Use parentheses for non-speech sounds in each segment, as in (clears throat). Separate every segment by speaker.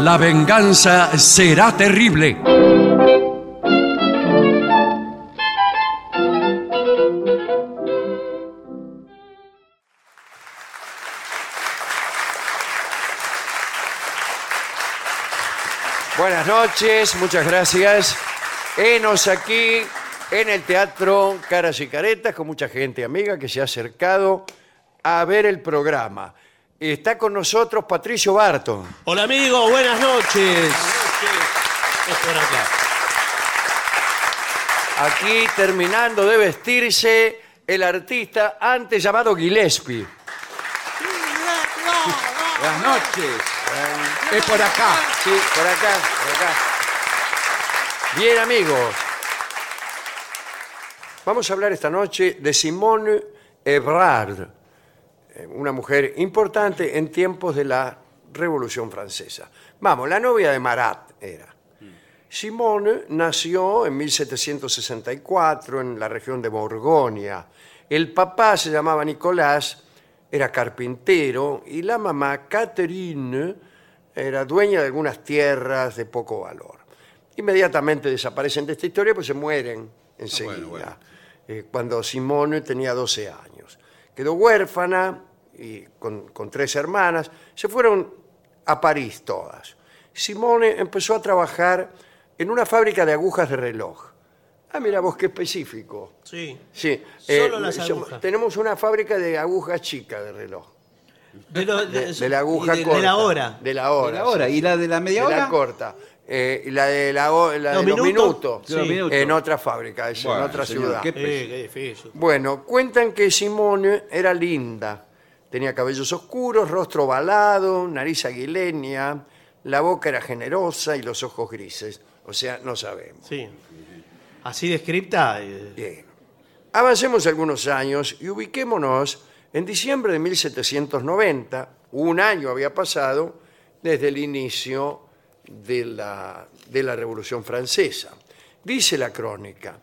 Speaker 1: La venganza será terrible.
Speaker 2: Buenas noches, muchas gracias. Enos aquí en el Teatro Caras y Caretas con mucha gente amiga que se ha acercado a ver el programa. Está con nosotros Patricio Barton.
Speaker 3: Hola amigo, buenas noches. Es por acá.
Speaker 2: Aquí terminando de vestirse el artista antes llamado Gillespie.
Speaker 4: Buenas noches. Es por acá.
Speaker 2: Sí, por acá, por acá. Bien, amigos. Vamos a hablar esta noche de Simone Ebrard, eh, una mujer importante en tiempos de la Revolución Francesa. Vamos, la novia de Marat era. Simone nació en 1764 en la región de Borgoña. El papá se llamaba Nicolás, era carpintero, y la mamá, Catherine, era dueña de algunas tierras de poco valor. Inmediatamente desaparecen de esta historia, pues se mueren enseguida, eh, cuando Simone tenía 12 años. Quedó huérfana y con, con tres hermanas. Se fueron a París todas. Simone empezó a trabajar en una fábrica de agujas de reloj. Ah, mira vos qué específico.
Speaker 3: Sí.
Speaker 2: Sí,
Speaker 3: Solo las
Speaker 2: somos-
Speaker 3: agujas.
Speaker 2: tenemos una fábrica de agujas chicas de reloj.
Speaker 3: De, lo-
Speaker 2: De,
Speaker 3: de-
Speaker 2: de la aguja
Speaker 3: de, de
Speaker 2: corta.
Speaker 3: la hora.
Speaker 2: De la hora.
Speaker 4: Ahora,
Speaker 2: sí,
Speaker 4: ¿y la de la media
Speaker 2: de la
Speaker 4: hora?
Speaker 2: corta. Eh, y la de, la, ho- la
Speaker 3: Los
Speaker 2: de los
Speaker 3: minutos.
Speaker 2: minutos.
Speaker 3: Sí. Los
Speaker 4: minutos.
Speaker 2: En otra fábrica, es en
Speaker 4: Bueno,
Speaker 2: otra
Speaker 4: señor,
Speaker 2: ciudad.
Speaker 4: qué
Speaker 3: Eh, qué difícil.
Speaker 2: Bueno, cuentan que Simone era linda. Tenía cabellos oscuros, rostro ovalado, nariz aguileña, la boca era generosa y los ojos grises. O sea, no sabemos.
Speaker 3: Sí. Así descripta. eh,
Speaker 2: Bien. Avancemos algunos años y ubiquémonos en diciembre de 1790, un año había pasado desde el inicio de la, de la Revolución Francesa. Dice la crónica,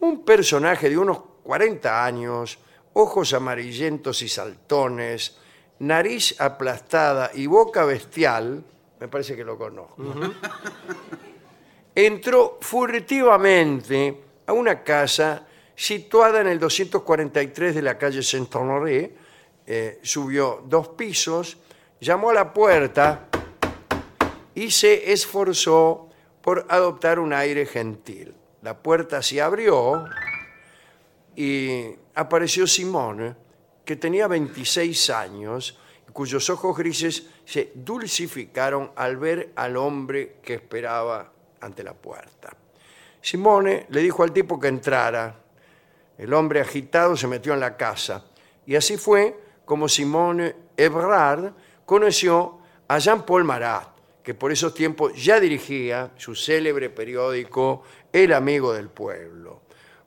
Speaker 2: un personaje de unos 40 años, ojos amarillentos y saltones, nariz aplastada y boca bestial, me parece que lo conozco, entró furtivamente a una casa situada en el 243 de la calle Saint-Honoré, eh, subió dos pisos, llamó a la puerta y se esforzó por adoptar un aire gentil. La puerta se abrió y apareció Simón, que tenía 26 años, cuyos ojos grises se dulcificaron al ver al hombre que esperaba ante la puerta. Simone le dijo al tipo que entrara. El hombre agitado se metió en la casa. Y así fue como Simone Ebrard conoció a Jean-Paul Marat, que por esos tiempos ya dirigía su célebre periódico El Amigo del Pueblo.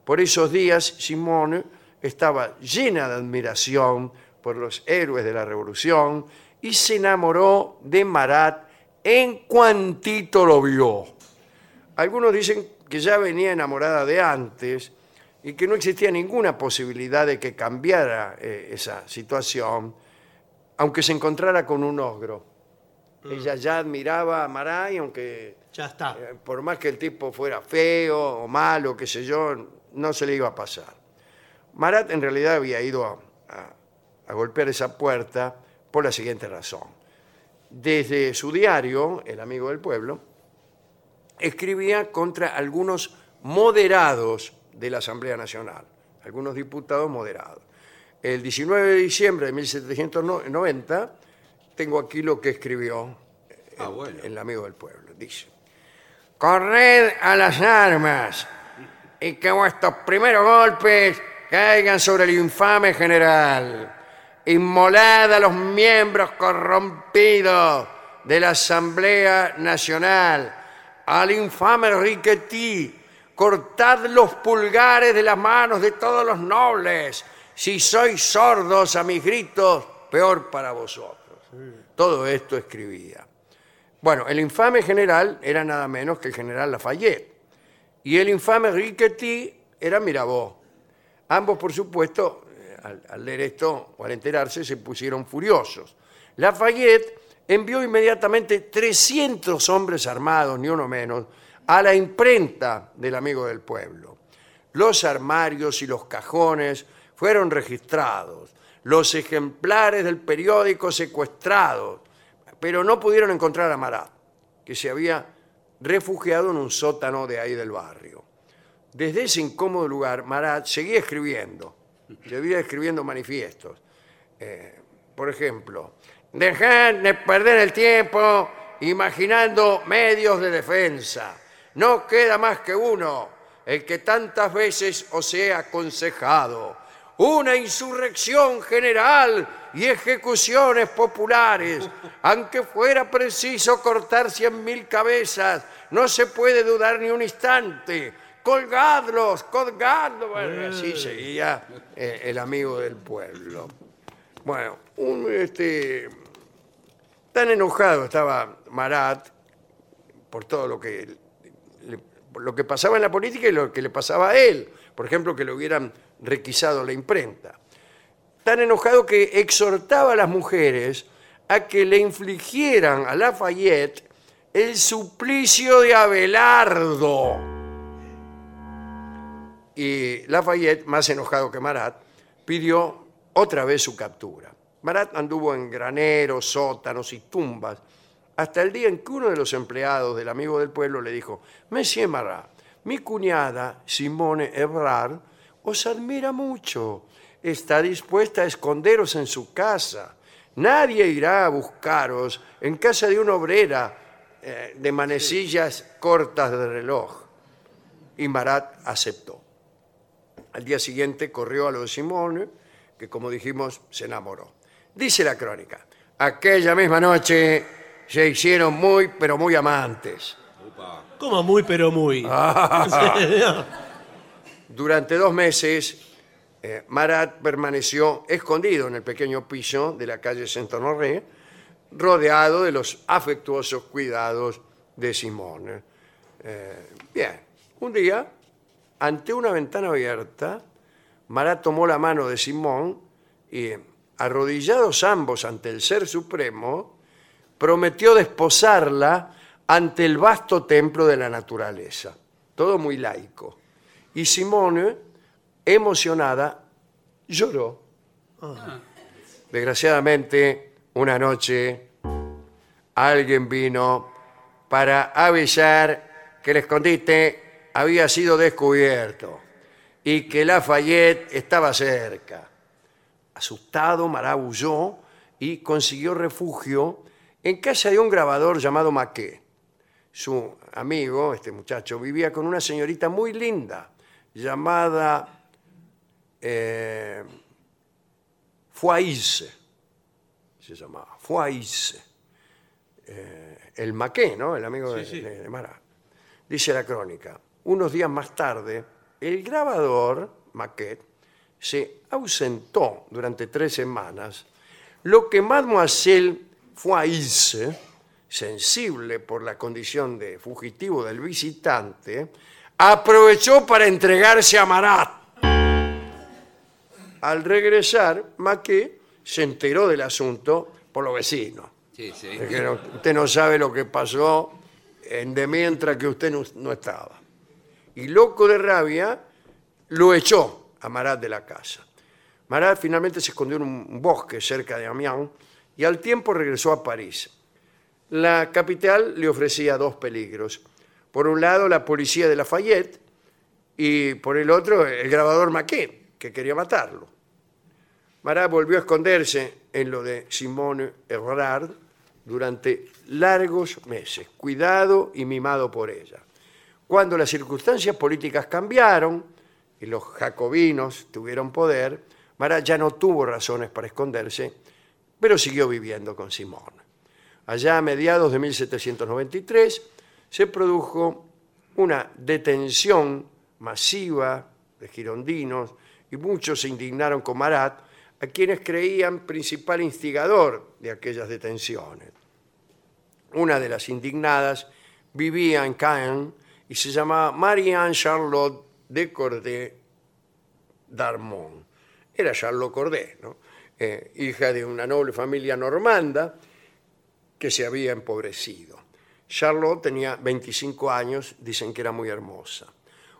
Speaker 2: Por esos días, Simone estaba llena de admiración por los héroes de la Revolución y se enamoró de Marat en cuantito lo vio. Algunos dicen que ya venía enamorada de antes y que no existía ninguna posibilidad de que cambiara eh, esa situación, aunque se encontrara con un ogro. Ella ya admiraba a Maray, aunque
Speaker 3: ya está.
Speaker 2: eh, por más que el tipo fuera feo o malo, qué sé yo, no se le iba a pasar. Marat en realidad había ido a, a- a golpear esa puerta por la siguiente razón. Desde su diario, El Amigo del Pueblo, escribía contra algunos moderados de la Asamblea Nacional, algunos diputados moderados. El 19 de diciembre de 1790, tengo aquí lo que escribió
Speaker 4: Ah,
Speaker 2: el-
Speaker 4: bueno.
Speaker 2: el Amigo del Pueblo. Dice, corred a las armas y que vuestros primeros golpes caigan sobre el infame general. Inmolad a los miembros corrompidos de la Asamblea Nacional, al infame Riquetí, cortad los pulgares de las manos de todos los nobles. Si sois sordos a mis gritos, peor para vosotros. Todo esto escribía. Bueno, el infame general era nada menos que el general Lafayette. Y el infame Riquetti era Mirabó. Ambos, por supuesto, eh, al, al leer esto o al enterarse, se pusieron furiosos. Lafayette envió inmediatamente 300 hombres armados, ni uno menos, a la imprenta del amigo del pueblo. Los armarios y los cajones fueron registrados, los ejemplares del periódico secuestrados, pero no pudieron encontrar a Marat, que se había refugiado en un sótano de ahí del barrio. Desde ese incómodo lugar, Marat seguía escribiendo, seguía escribiendo manifiestos. Eh, por ejemplo, dejad de perder el tiempo imaginando medios de defensa. No queda más que uno, el que tantas veces os he aconsejado. Una insurrección general y ejecuciones populares. Aunque fuera preciso cortar cien mil cabezas, no se puede dudar ni un instante. Colgadlos, colgadlos. Bueno, así seguía eh, el amigo del pueblo. Bueno, un, este, tan enojado estaba Marat por todo lo que, le- por lo que pasaba en la política y lo que le pasaba a él. Por ejemplo, que le hubieran requisado la imprenta. Tan enojado que exhortaba a las mujeres a que le infligieran a Lafayette el suplicio de Abelardo. Y Lafayette, más enojado que Marat, pidió otra vez su captura. Marat anduvo en graneros, sótanos y tumbas, hasta el día en que uno de los empleados del amigo del pueblo le dijo, Monsieur Marat, mi cuñada Simone Ebrard os admira mucho, está dispuesta a esconderos en su casa. Nadie irá a buscaros en casa de una obrera eh, de manecillas cortas de reloj. Y Marat aceptó. Al día siguiente corrió a lo de Simone, que como dijimos, se enamoró. Dice la crónica, aquella misma noche se hicieron muy, pero muy amantes. (laughs)
Speaker 3: Como muy, pero muy.
Speaker 2: Ah.
Speaker 3: (laughs)
Speaker 2: Durante dos meses, eh, Marat permaneció escondido en el pequeño piso de la calle Saint-Honoré, rodeado de los afectuosos cuidados de Simone. Eh, bien, un día, ante una ventana abierta, Marat tomó la mano de Simón y, arrodillados ambos ante el Ser Supremo, prometió desposarla ante el vasto templo de la naturaleza. Todo muy laico. Y Simone, emocionada, lloró. Desgraciadamente, una noche, alguien vino para avisar que el escondite había sido descubierto y que Lafayette estaba cerca. Asustado, Marat huyó y consiguió refugio en casa de un grabador llamado Maquet. Su amigo, este muchacho, vivía con una señorita muy linda llamada eh, Fuaise. Se llamaba Fuaise. Eh, el Maquet, ¿no? El amigo de, de- de Marat. Dice la crónica. Unos días más tarde, el grabador, Maquet, se ausentó durante tres semanas, lo que Mademoiselle Foise, sensible por la condición de fugitivo del visitante, aprovechó para entregarse a Marat. Al regresar, Maquet se enteró del asunto por los vecinos.
Speaker 4: Sí, sí.
Speaker 2: Dijeron, usted no sabe lo que pasó en de mientras que usted no, no estaba. Y loco de rabia, lo echó a Marat de la casa. Marat finalmente se escondió en un bosque cerca de Amiens y al tiempo regresó a París. La capital le ofrecía dos peligros. Por un lado, la policía de Lafayette y por el otro, el grabador Maquet, que quería matarlo. Marat volvió a esconderse en lo de Simone Ebrard durante largos meses, cuidado y mimado por ella. Cuando las circunstancias políticas cambiaron y los jacobinos tuvieron poder, Marat ya no tuvo razones para esconderse, pero siguió viviendo con Simone. Allá a mediados de 1793 se produjo una detención masiva de girondinos y muchos se indignaron con Marat, a quienes creían principal instigador de aquellas detenciones. Una de las indignadas vivía en Caen y se llamaba Marianne Charlotte de Cordé d'Armont. Era Charlotte Cordé, ¿no? Eh, hija de una noble familia normanda que se había empobrecido. Charlotte tenía 25 años, dicen que era muy hermosa.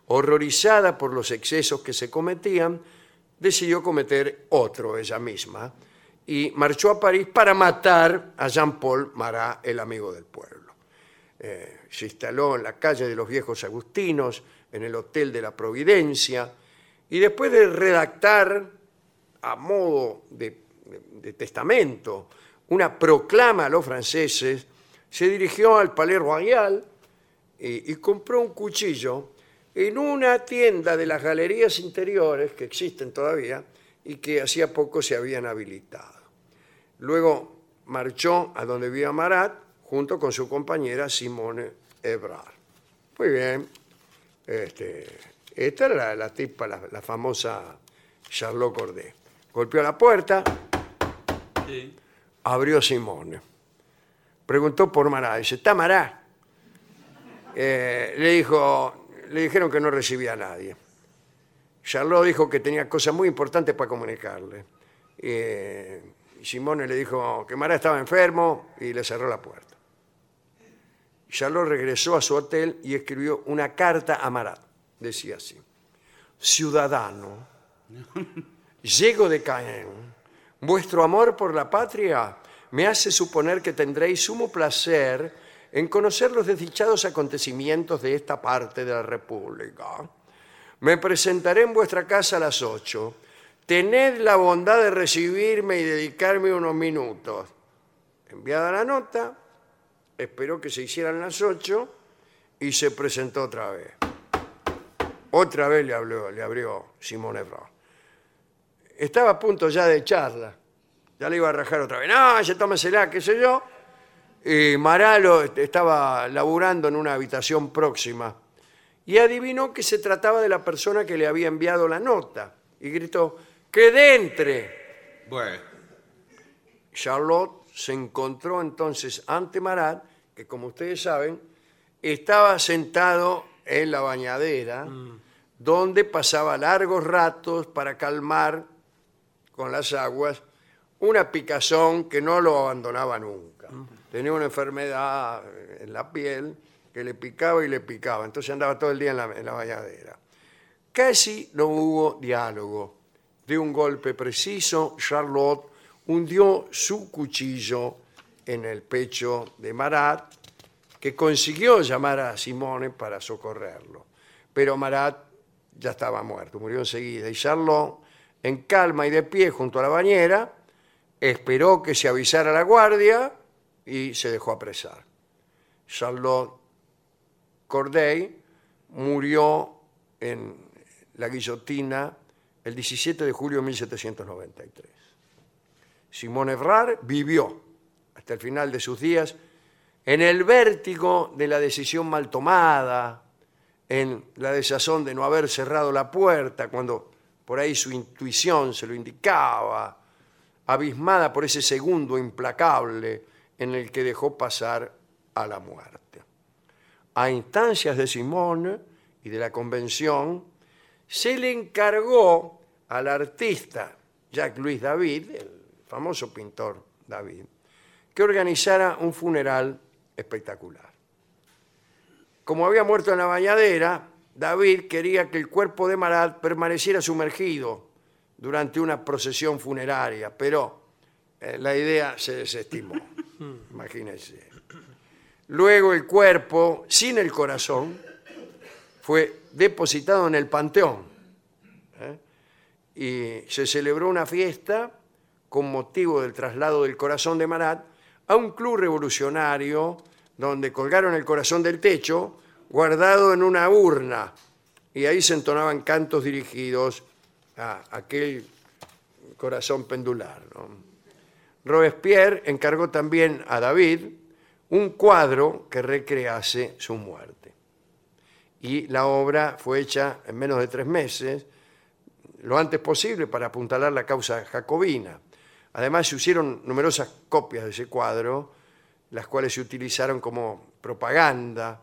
Speaker 2: Horrorizada por los excesos que se cometían, decidió cometer otro ella misma y marchó a París para matar a Jean-Paul Marat, el amigo del pueblo. Eh, se instaló en la calle de los viejos agustinos, en el Hotel de la Providencia, y después de redactar a modo de, de testamento una proclama a los franceses, se dirigió al Palais Royal eh, y, y compró un cuchillo en una tienda de las galerías interiores que existen todavía y que hacía poco se habían habilitado. Luego marchó a donde vivía Marat junto con su compañera Simone Ebrard. Muy bien. Este, esta era la, la tipa, la, la famosa Charlotte Corday. Golpeó la puerta, abrió Simone. Preguntó por Mará. Dice, ¿está Mará? Eh, le, dijo, le dijeron que no recibía a nadie. Charlot dijo que tenía cosas muy importantes para comunicarle. Eh, Simone le dijo que Mará estaba enfermo y le cerró la puerta. Charlot regresó a su hotel y escribió una carta a Mará. Decía así, ciudadano, llego de Caen. Vuestro amor por la patria me hace suponer que tendréis sumo placer en conocer los desdichados acontecimientos de esta parte de la República. Me presentaré en vuestra casa a las ocho. Tened la bondad de recibirme y dedicarme unos minutos. Enviada la nota, esperó que se hicieran las ocho y se presentó otra vez. Otra vez le, habló, le abrió Simón Ebrard estaba a punto ya de echarla. Ya le iba a rajar otra vez. No, ya tómesela, qué sé yo. Y Maralo estaba laburando en una habitación próxima. Y adivinó que se trataba de la persona que le había enviado la nota. Y gritó, ¡que dentre!
Speaker 4: Bueno,
Speaker 2: Charlotte se encontró entonces ante Marat, que como ustedes saben, estaba sentado en la bañadera, donde pasaba largos ratos para calmar con las aguas una picazón que no lo abandonaba nunca. Tenía una enfermedad en la piel que le picaba y le picaba, entonces andaba todo el día en la, en la bañadera. Casi no hubo diálogo. De un golpe preciso, Charlotte hundió su cuchillo en el pecho de Marat, que consiguió llamar a Simone para socorrerlo. Pero Marat ya estaba muerto, murió enseguida. Y Charlot, en calma y de pie junto a la bañera, esperó que se avisara la guardia y se dejó apresar. Charlot Corday murió en la guillotina el 17 de julio de 1793. Simón Ebrard vivió hasta el final de sus días en el vértigo de la decisión mal tomada, en la desazón de no haber cerrado la puerta cuando por ahí su intuición se lo indicaba, abismada por ese segundo implacable en el que dejó pasar a la muerte. A instancias de Simón y de la convención, se le encargó al artista Jacques Louis David, el famoso pintor David, que organizara un funeral espectacular. Como había muerto en la bañadera, David quería que el cuerpo de Marat permaneciera sumergido durante una procesión funeraria, pero eh, la idea se desestimó. Imagínense. Luego el cuerpo, sin el corazón, fue depositado en el panteón ¿eh? y se celebró una fiesta con motivo del traslado del corazón de Marat a un club revolucionario donde colgaron el corazón del techo guardado en una urna y ahí se entonaban cantos dirigidos a aquel corazón pendular. ¿no? Robespierre encargó también a David un cuadro que recrease su muerte. Y la obra fue hecha en menos de tres meses, lo antes posible para apuntalar la causa jacobina. Además se hicieron numerosas copias de ese cuadro, las cuales se utilizaron como propaganda,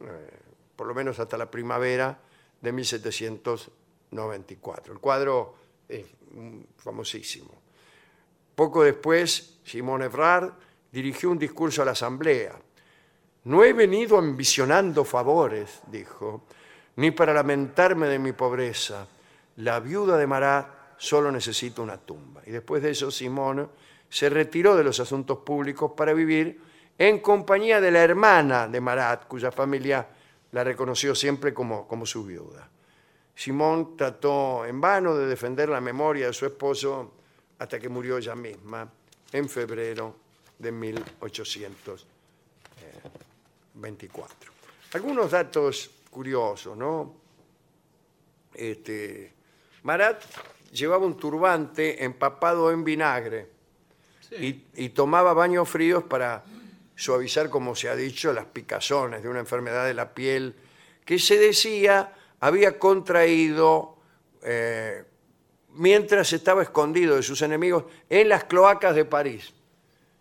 Speaker 2: eh, por lo menos hasta la primavera de 1794. El cuadro es mm, famosísimo. Poco después, Simón Evrard dirigió un discurso a la asamblea. No he venido ambicionando favores, dijo, ni para lamentarme de mi pobreza. La viuda de Marat solo necesita una tumba. Y después de eso, Simón se retiró de los asuntos públicos para vivir en compañía de la hermana de Marat, cuya familia la reconoció siempre como, como su viuda. Simón trató en vano de defender la memoria de su esposo hasta que murió ella misma en febrero de 1824. Algunos datos curiosos, ¿no? Este, Marat llevaba un turbante empapado en vinagre y, y tomaba baños fríos para suavizar, como se ha dicho, las picazones de una enfermedad de la piel que se decía había contraído eh, mientras estaba escondido de sus enemigos en las cloacas de París.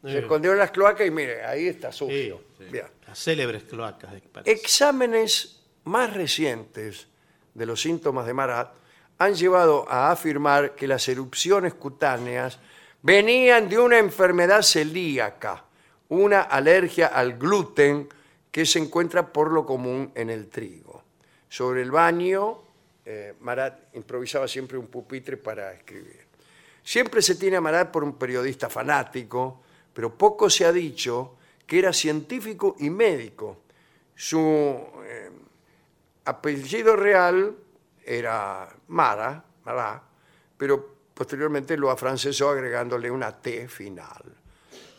Speaker 2: Se
Speaker 3: Sí.
Speaker 2: escondió en las cloacas y mire, ahí está sucio.
Speaker 3: Sí,
Speaker 2: Bien.
Speaker 3: Las célebres cloacas de París.
Speaker 2: Exámenes más recientes de los síntomas de Marat han llevado a afirmar que las erupciones cutáneas venían de una enfermedad celíaca, una alergia al gluten que se encuentra por lo común en el trigo. Sobre el baño, eh, Marat improvisaba siempre un pupitre para escribir. Siempre se tiene a Marat por un periodista fanático, pero poco se ha dicho que era científico y médico. Su eh, apellido real era Mara, Marat, pero posteriormente lo afrancesó agregándole una T final.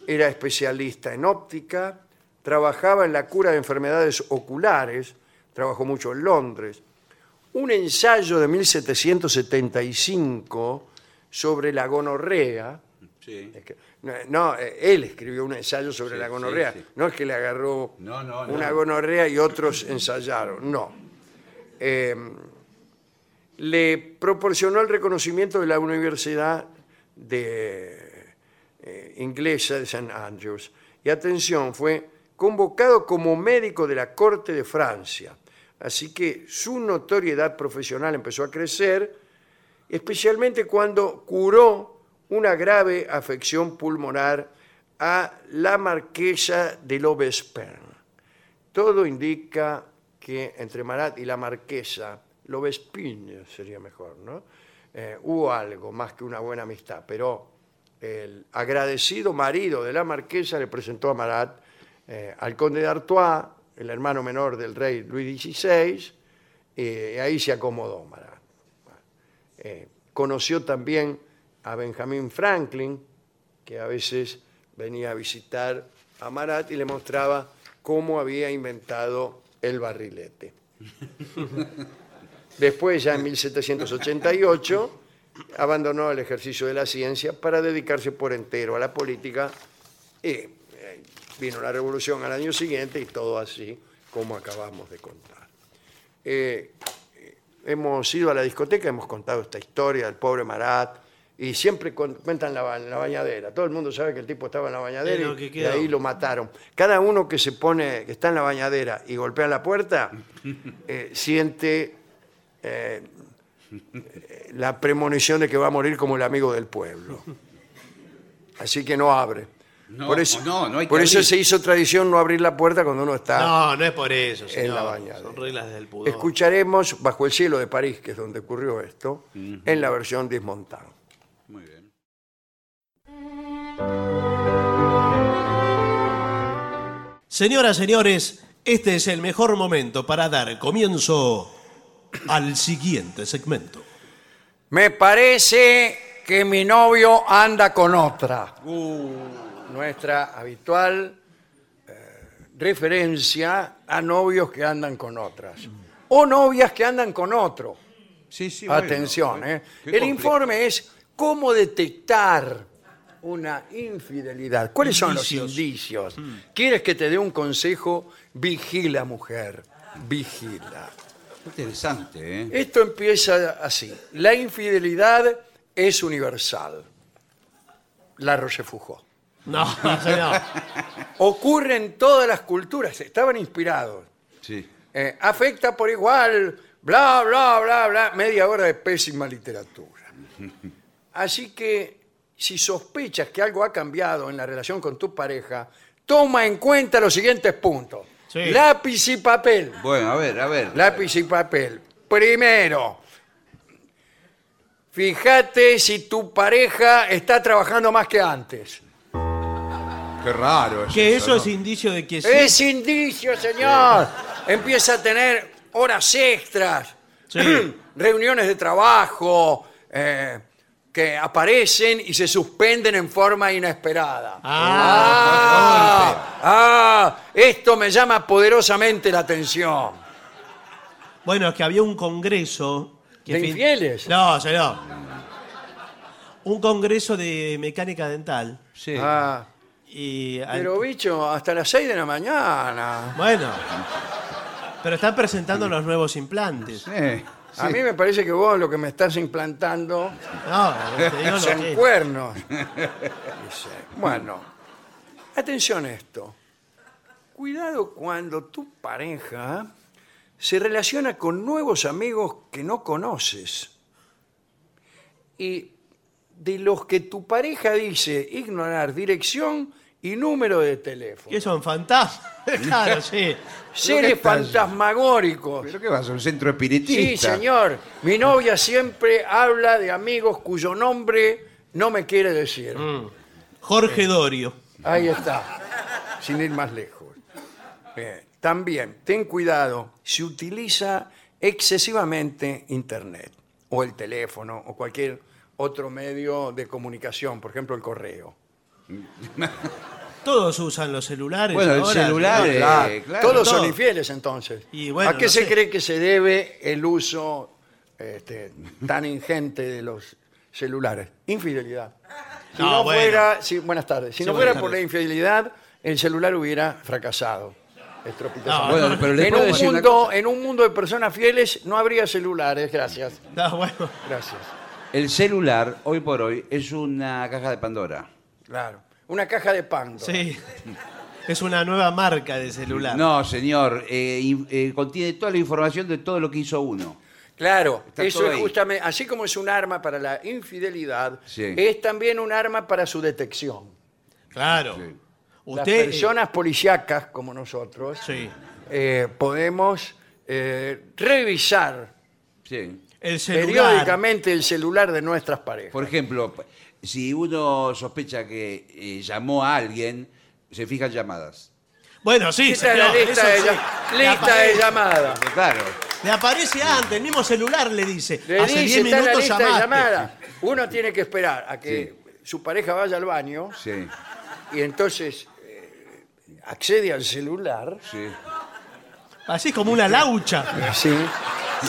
Speaker 2: Era especialista en óptica, trabajaba en la cura de enfermedades oculares, trabajó mucho en Londres, un ensayo de 1775 sobre la gonorrea.
Speaker 4: Sí.
Speaker 2: es que- no, No, eh, él escribió un ensayo sobre
Speaker 4: Sí,
Speaker 2: la gonorrea.
Speaker 4: sí, sí.
Speaker 2: No es que le agarró
Speaker 4: No, no, no.
Speaker 2: una gonorrea y otros ensayaron. No. Eh, le proporcionó el reconocimiento de la Universidad de, eh, Inglesa de St. Andrews. Y atención, fue convocado como médico de la Corte de Francia. Así que su notoriedad profesional empezó a crecer, especialmente cuando curó una grave afección pulmonar a la marquesa de Lobespierre. Todo indica que entre Marat y la marquesa, Lobespine sería mejor, ¿no? Eh, hubo algo más que una buena amistad, pero el agradecido marido de la marquesa le presentó a Marat eh, al conde de Artois, el hermano menor del rey Luis XVI, eh, y ahí se acomodó Marat. Eh, conoció también a Benjamin Franklin, que a veces venía a visitar a Marat y le mostraba cómo había inventado el barrilete. Después, ya en 1788, abandonó el ejercicio de la ciencia para dedicarse por entero a la política y eh, vino la revolución al año siguiente y todo así como acabamos de contar. Eh, hemos ido a la discoteca, hemos contado esta historia del pobre Marat y siempre con- cuentan la, ba- la bañadera. Todo el mundo sabe que el tipo estaba en la bañadera
Speaker 3: Sí, lo
Speaker 2: y,
Speaker 3: que
Speaker 2: y
Speaker 3: quedó.
Speaker 2: ahí lo mataron. Cada uno que se pone, que está en la bañadera y golpea la
Speaker 3: (laughs)
Speaker 2: puerta, eh, siente eh, la premonición de que va a morir como el amigo del
Speaker 4: (laughs)
Speaker 2: pueblo. Así que no abre.
Speaker 4: No,
Speaker 2: por eso,
Speaker 4: no, no hay que
Speaker 2: por eso
Speaker 4: abrir.
Speaker 2: se hizo tradición no abrir la puerta cuando uno está
Speaker 3: No, no es por eso, señor.
Speaker 2: en la bañadera.
Speaker 3: Son reglas del pudor.
Speaker 2: Escucharemos Bajo el cielo de París, que es donde ocurrió esto, en la versión Dismontán.
Speaker 4: Muy bien.
Speaker 3: Señoras, señores, este es el mejor momento para dar comienzo al siguiente segmento.
Speaker 2: Me parece que mi novio anda con otra.
Speaker 4: Uh.
Speaker 2: Nuestra habitual eh, referencia a novios que andan con otras.
Speaker 4: Mm.
Speaker 2: O novias que andan con otro.
Speaker 4: Sí, sí, bueno.
Speaker 2: Atención, ¿eh?
Speaker 4: Qué
Speaker 2: El
Speaker 4: compli-
Speaker 2: informe es cómo detectar una infidelidad. ¿Cuáles son los indicios? ¿Quieres que te dé un consejo? Vigila, mujer. Vigila.
Speaker 4: Interesante, ¿eh?
Speaker 2: Esto empieza así. La infidelidad es universal. La Rochefoucauld.
Speaker 3: No, señor.
Speaker 2: Ocurre en todas las culturas. Estaban inspirados.
Speaker 4: Sí.
Speaker 2: Eh, afecta por igual, bla, bla, bla, bla, media hora de pésima literatura. Así que si sospechas que algo ha cambiado en la relación con tu pareja, toma en cuenta los siguientes puntos.
Speaker 3: Sí.
Speaker 2: Lápiz y papel.
Speaker 4: Bueno, a ver, a ver.
Speaker 2: Lápiz y papel. Primero, fíjate si tu pareja está trabajando más que antes.
Speaker 4: Qué raro.
Speaker 3: Que eso
Speaker 4: ¿no?
Speaker 3: es indicio de que sí.
Speaker 2: Es indicio, señor. Empieza a tener horas extras,
Speaker 3: Sí.
Speaker 2: (clears throat) reuniones de trabajo, eh, que aparecen y se suspenden en forma inesperada.
Speaker 3: Ah,
Speaker 2: ah, ah, esto me llama poderosamente la atención.
Speaker 3: Bueno, es que había un congreso. Que
Speaker 2: ¿De
Speaker 3: fin-
Speaker 2: infieles?
Speaker 3: No, señor. Un congreso de mecánica dental.
Speaker 4: Sí.
Speaker 2: Ah,
Speaker 3: Y al-
Speaker 2: pero bicho, hasta las 6 de la mañana.
Speaker 3: Bueno. Pero están presentando los nuevos implantes.
Speaker 4: Eh,
Speaker 2: A
Speaker 4: sí.
Speaker 2: mí me parece que vos lo que me estás implantando
Speaker 3: No, te
Speaker 2: (laughs)
Speaker 3: digo lo
Speaker 2: son
Speaker 3: que es.
Speaker 2: cuernos. Dice, Bueno, atención a esto. Cuidado cuando tu pareja se relaciona con nuevos amigos que no conoces y de los que tu pareja dice ignorar dirección y número de teléfono.
Speaker 3: ¿Qué son fantasmas? (laughs) claro, sí.
Speaker 2: Seres
Speaker 4: ¿Qué tal?
Speaker 2: fantasmagóricos.
Speaker 4: ¿Pero qué vas? ¿Un centro
Speaker 2: Sí,
Speaker 4: espiritista?
Speaker 2: señor. Mi novia siempre habla de amigos cuyo nombre no me quiere decir.
Speaker 3: Jorge Dorio.
Speaker 2: Ahí está, sin ir más lejos. Bien, También, ten cuidado, si utiliza excesivamente Internet o el teléfono o cualquier otro medio de comunicación, por ejemplo el correo.
Speaker 3: Todos usan los celulares.
Speaker 4: Bueno, el
Speaker 3: ahora,
Speaker 4: celular,
Speaker 3: ¿no?
Speaker 4: eh,
Speaker 2: Claro,
Speaker 4: claro.
Speaker 2: Todos son
Speaker 3: Todo.
Speaker 2: infieles entonces.
Speaker 3: Y bueno,
Speaker 2: ¿A qué
Speaker 3: no
Speaker 2: se
Speaker 3: sé.
Speaker 2: cree que se debe el uso este, tan ingente de los celulares? Infidelidad. Si
Speaker 3: No,
Speaker 2: no
Speaker 3: Ah, bueno.
Speaker 2: fuera, si- buenas tardes. Si
Speaker 3: Sí,
Speaker 2: no
Speaker 3: buenas
Speaker 2: fuera por la
Speaker 3: tardes.
Speaker 2: infidelidad, el celular hubiera fracasado. estrepitosamente.
Speaker 4: Bueno, pero le
Speaker 2: en,
Speaker 4: puedo
Speaker 2: un
Speaker 4: decir una
Speaker 2: mundo, en un mundo de personas fieles no habría celulares. Gracias.
Speaker 3: No, Ah, bueno.
Speaker 2: Gracias.
Speaker 4: cosa. El celular, hoy por hoy, es una caja de Pandora.
Speaker 2: Claro. Una caja de pan.
Speaker 3: Sí. Es una nueva marca de celular.
Speaker 4: No, señor. eh, in- eh, contiene toda la información de todo lo que hizo uno.
Speaker 2: Claro,
Speaker 4: Está
Speaker 2: eso
Speaker 4: todo
Speaker 2: es
Speaker 4: ahí.
Speaker 2: justamente, así como es un arma para la infidelidad,
Speaker 4: Sí.
Speaker 2: es también un arma para su detección.
Speaker 3: Claro.
Speaker 4: Sí.
Speaker 2: Las
Speaker 3: Usted. eh,
Speaker 2: personas policíacas como nosotros
Speaker 3: Sí.
Speaker 2: eh, podemos eh, revisar
Speaker 4: Sí.
Speaker 3: El celular.
Speaker 2: periódicamente el celular de nuestras parejas.
Speaker 4: Por ejemplo, p- si uno sospecha que eh, llamó a alguien, se fijan llamadas.
Speaker 3: Bueno, sí.
Speaker 2: Esta es la
Speaker 3: señor,
Speaker 2: lista, de,
Speaker 3: eso sí.
Speaker 2: llam-
Speaker 3: Le
Speaker 2: lista de
Speaker 3: aparece-
Speaker 2: llamadas.
Speaker 4: Porque, Claro.
Speaker 3: Le aparece antes, el mismo celular le dice.
Speaker 2: Le
Speaker 3: Hace
Speaker 2: dice,
Speaker 3: 10
Speaker 2: está la
Speaker 3: minutos
Speaker 2: lista de
Speaker 3: llamaste.
Speaker 2: llamadas. Uno tiene que esperar a que su pareja vaya al baño
Speaker 4: Sí,
Speaker 2: y entonces eh, accede al celular.
Speaker 4: sí.
Speaker 3: Así como una laucha.
Speaker 2: Sí.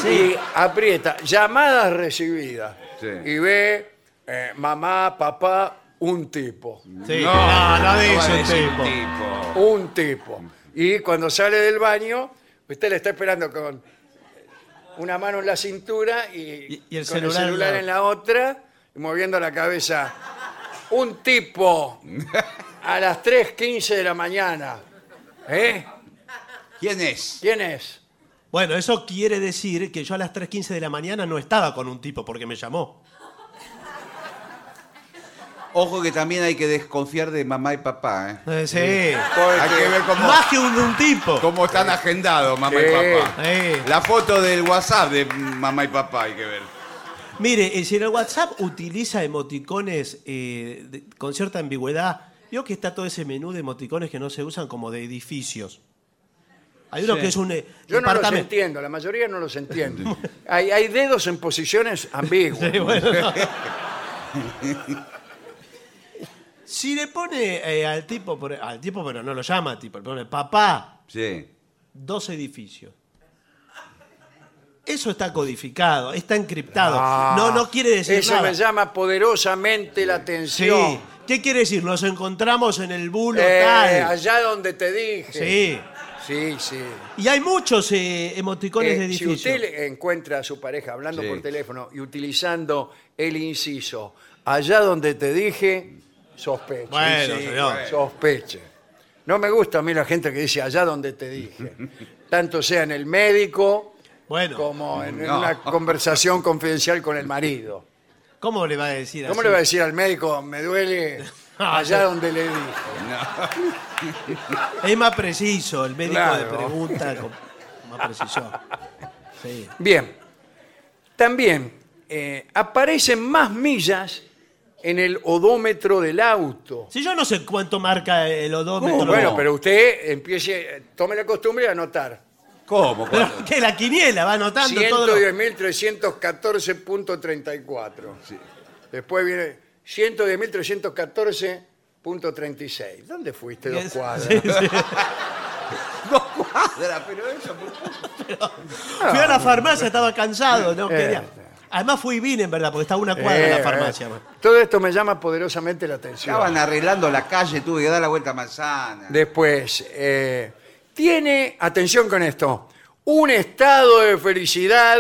Speaker 2: Y aprieta. Llamadas recibidas.
Speaker 4: Sí.
Speaker 2: Y ve eh, mamá, papá, un tipo.
Speaker 3: Sí. No, no dice el tipo.
Speaker 4: tipo.
Speaker 2: Un tipo. Y cuando sale del baño, usted le está esperando con una mano en la cintura y,
Speaker 3: Y- y el
Speaker 2: con
Speaker 3: celular en la-
Speaker 2: en la otra, y moviendo la cabeza. Un tipo a las 3.15 de la mañana. ¿Eh?
Speaker 4: ¿Quién es?
Speaker 2: ¿Quién es?
Speaker 3: Bueno, eso quiere decir que yo a las 3.15 de la mañana no estaba con un tipo porque me llamó.
Speaker 4: Ojo que también hay que desconfiar de mamá y papá. ¿eh?
Speaker 3: Eh, Sí.
Speaker 4: Hay que ver cómo,
Speaker 3: Más que un, un tipo.
Speaker 4: cómo están agendados mamá y
Speaker 2: Sí.
Speaker 4: papá.
Speaker 3: Eh.
Speaker 4: La foto del WhatsApp de mamá y papá hay que ver.
Speaker 3: Mire, eh, si en el WhatsApp utiliza emoticones eh, de- con cierta ambigüedad, veo que está todo ese menú de emoticones que no se usan como de edificios. Hay uno que es un eh,
Speaker 2: Yo no los
Speaker 3: departamento.
Speaker 2: entiendo, la mayoría no los entiendo. Hay, hay dedos en posiciones ambiguas.
Speaker 3: Sí, bueno, no. si le pone eh, al tipo, por- al tipo, pero no lo llama tipo, le pone papá,
Speaker 4: Sí.
Speaker 3: dos edificios. Eso está codificado, está encriptado.
Speaker 2: Ah,
Speaker 3: no, no quiere decir
Speaker 2: Eso
Speaker 3: nada.
Speaker 2: me llama poderosamente la
Speaker 3: Sí.
Speaker 2: atención.
Speaker 3: ¿Qué quiere decir? Nos encontramos en el bulo
Speaker 2: Eh,
Speaker 3: tal.
Speaker 2: allá donde te dije.
Speaker 3: Sí.
Speaker 2: Sí, sí.
Speaker 3: Y hay muchos eh, emoticones
Speaker 2: Eh,
Speaker 3: de
Speaker 2: si
Speaker 3: edificio.
Speaker 2: usted le- encuentra a su pareja hablando
Speaker 4: Sí.
Speaker 2: por teléfono y utilizando el inciso, allá donde te dije, sospeche.
Speaker 3: Bueno, señor.
Speaker 2: Sospeche. No me gusta a mí la gente que dice allá donde te
Speaker 4: (laughs)
Speaker 2: dije. Tanto sea en el médico
Speaker 3: Bueno,
Speaker 2: como en en
Speaker 4: No. (laughs)
Speaker 2: una conversación confidencial con el marido.
Speaker 3: ¿Cómo le va a decir así?
Speaker 2: ¿Cómo le va a decir al médico, me
Speaker 3: (laughs)
Speaker 2: duele allá donde le dije?
Speaker 3: Es más preciso, el médico
Speaker 2: Claro.
Speaker 3: le
Speaker 2: (laughs)
Speaker 3: pregunta con más precisión. Sí.
Speaker 2: Bien. También eh, aparecen más millas en el odómetro del auto.
Speaker 3: Si yo no sé cuánto marca el odómetro.
Speaker 4: ¿Cómo?
Speaker 2: Bueno,
Speaker 4: No.
Speaker 2: pero usted empiece, eh, tome la costumbre de anotar.
Speaker 4: ¿Cómo?
Speaker 3: Pero (laughs)
Speaker 4: ¿Cuándo?
Speaker 3: que la quiniela va anotando todo. lo-
Speaker 2: 110.314.34. Después viene 110.314.36. ¿Dónde fuiste dos cuadras?
Speaker 3: Sí, sí.
Speaker 4: Dos cuadras, pero eso.
Speaker 3: Fui a la farmacia, estaba cansado, no
Speaker 2: Ah. Eh.
Speaker 3: quería. Además fui y vine, en verdad, porque estaba una cuadra
Speaker 2: Eh,
Speaker 3: la farmacia.
Speaker 2: eh,
Speaker 3: man.
Speaker 2: todo esto me llama poderosamente la atención.
Speaker 4: Estaban arreglando la calle, tuve que dar la vuelta a manzana.
Speaker 2: Después, eh, tiene, atención con esto, un estado de felicidad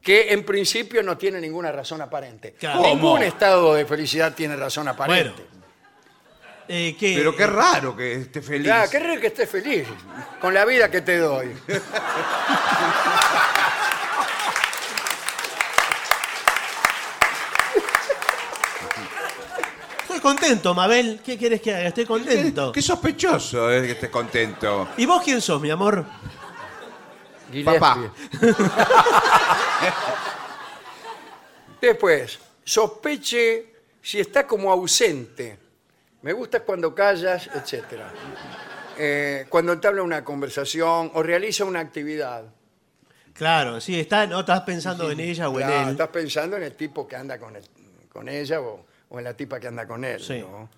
Speaker 2: que en principio no tiene ninguna razón aparente.
Speaker 3: Claro.
Speaker 2: Ningún
Speaker 4: ¿Cómo?
Speaker 2: estado de felicidad tiene razón aparente.
Speaker 3: Bueno. Eh, que-
Speaker 4: Pero qué raro que esté feliz.
Speaker 2: Ya, Ah, qué rico que estés feliz con la vida que te doy.
Speaker 3: Estoy contento, Mabel. ¿Qué quieres que haga? Estoy contento.
Speaker 4: Qué sospechoso es que estés contento.
Speaker 3: ¿Y vos quién sos, mi amor?
Speaker 4: Papá.
Speaker 2: (laughs) Después, sospeche si está como ausente. Me gusta cuando callas, etc. Eh, cuando entabla una conversación o realiza una actividad.
Speaker 3: Claro, sí, está, no estás pensando en ella o en
Speaker 2: Claro,
Speaker 3: él.
Speaker 2: Estás pensando en el tipo que anda con, el- con ella o, o en la tipa que anda con él.
Speaker 3: Sí.
Speaker 2: ¿no?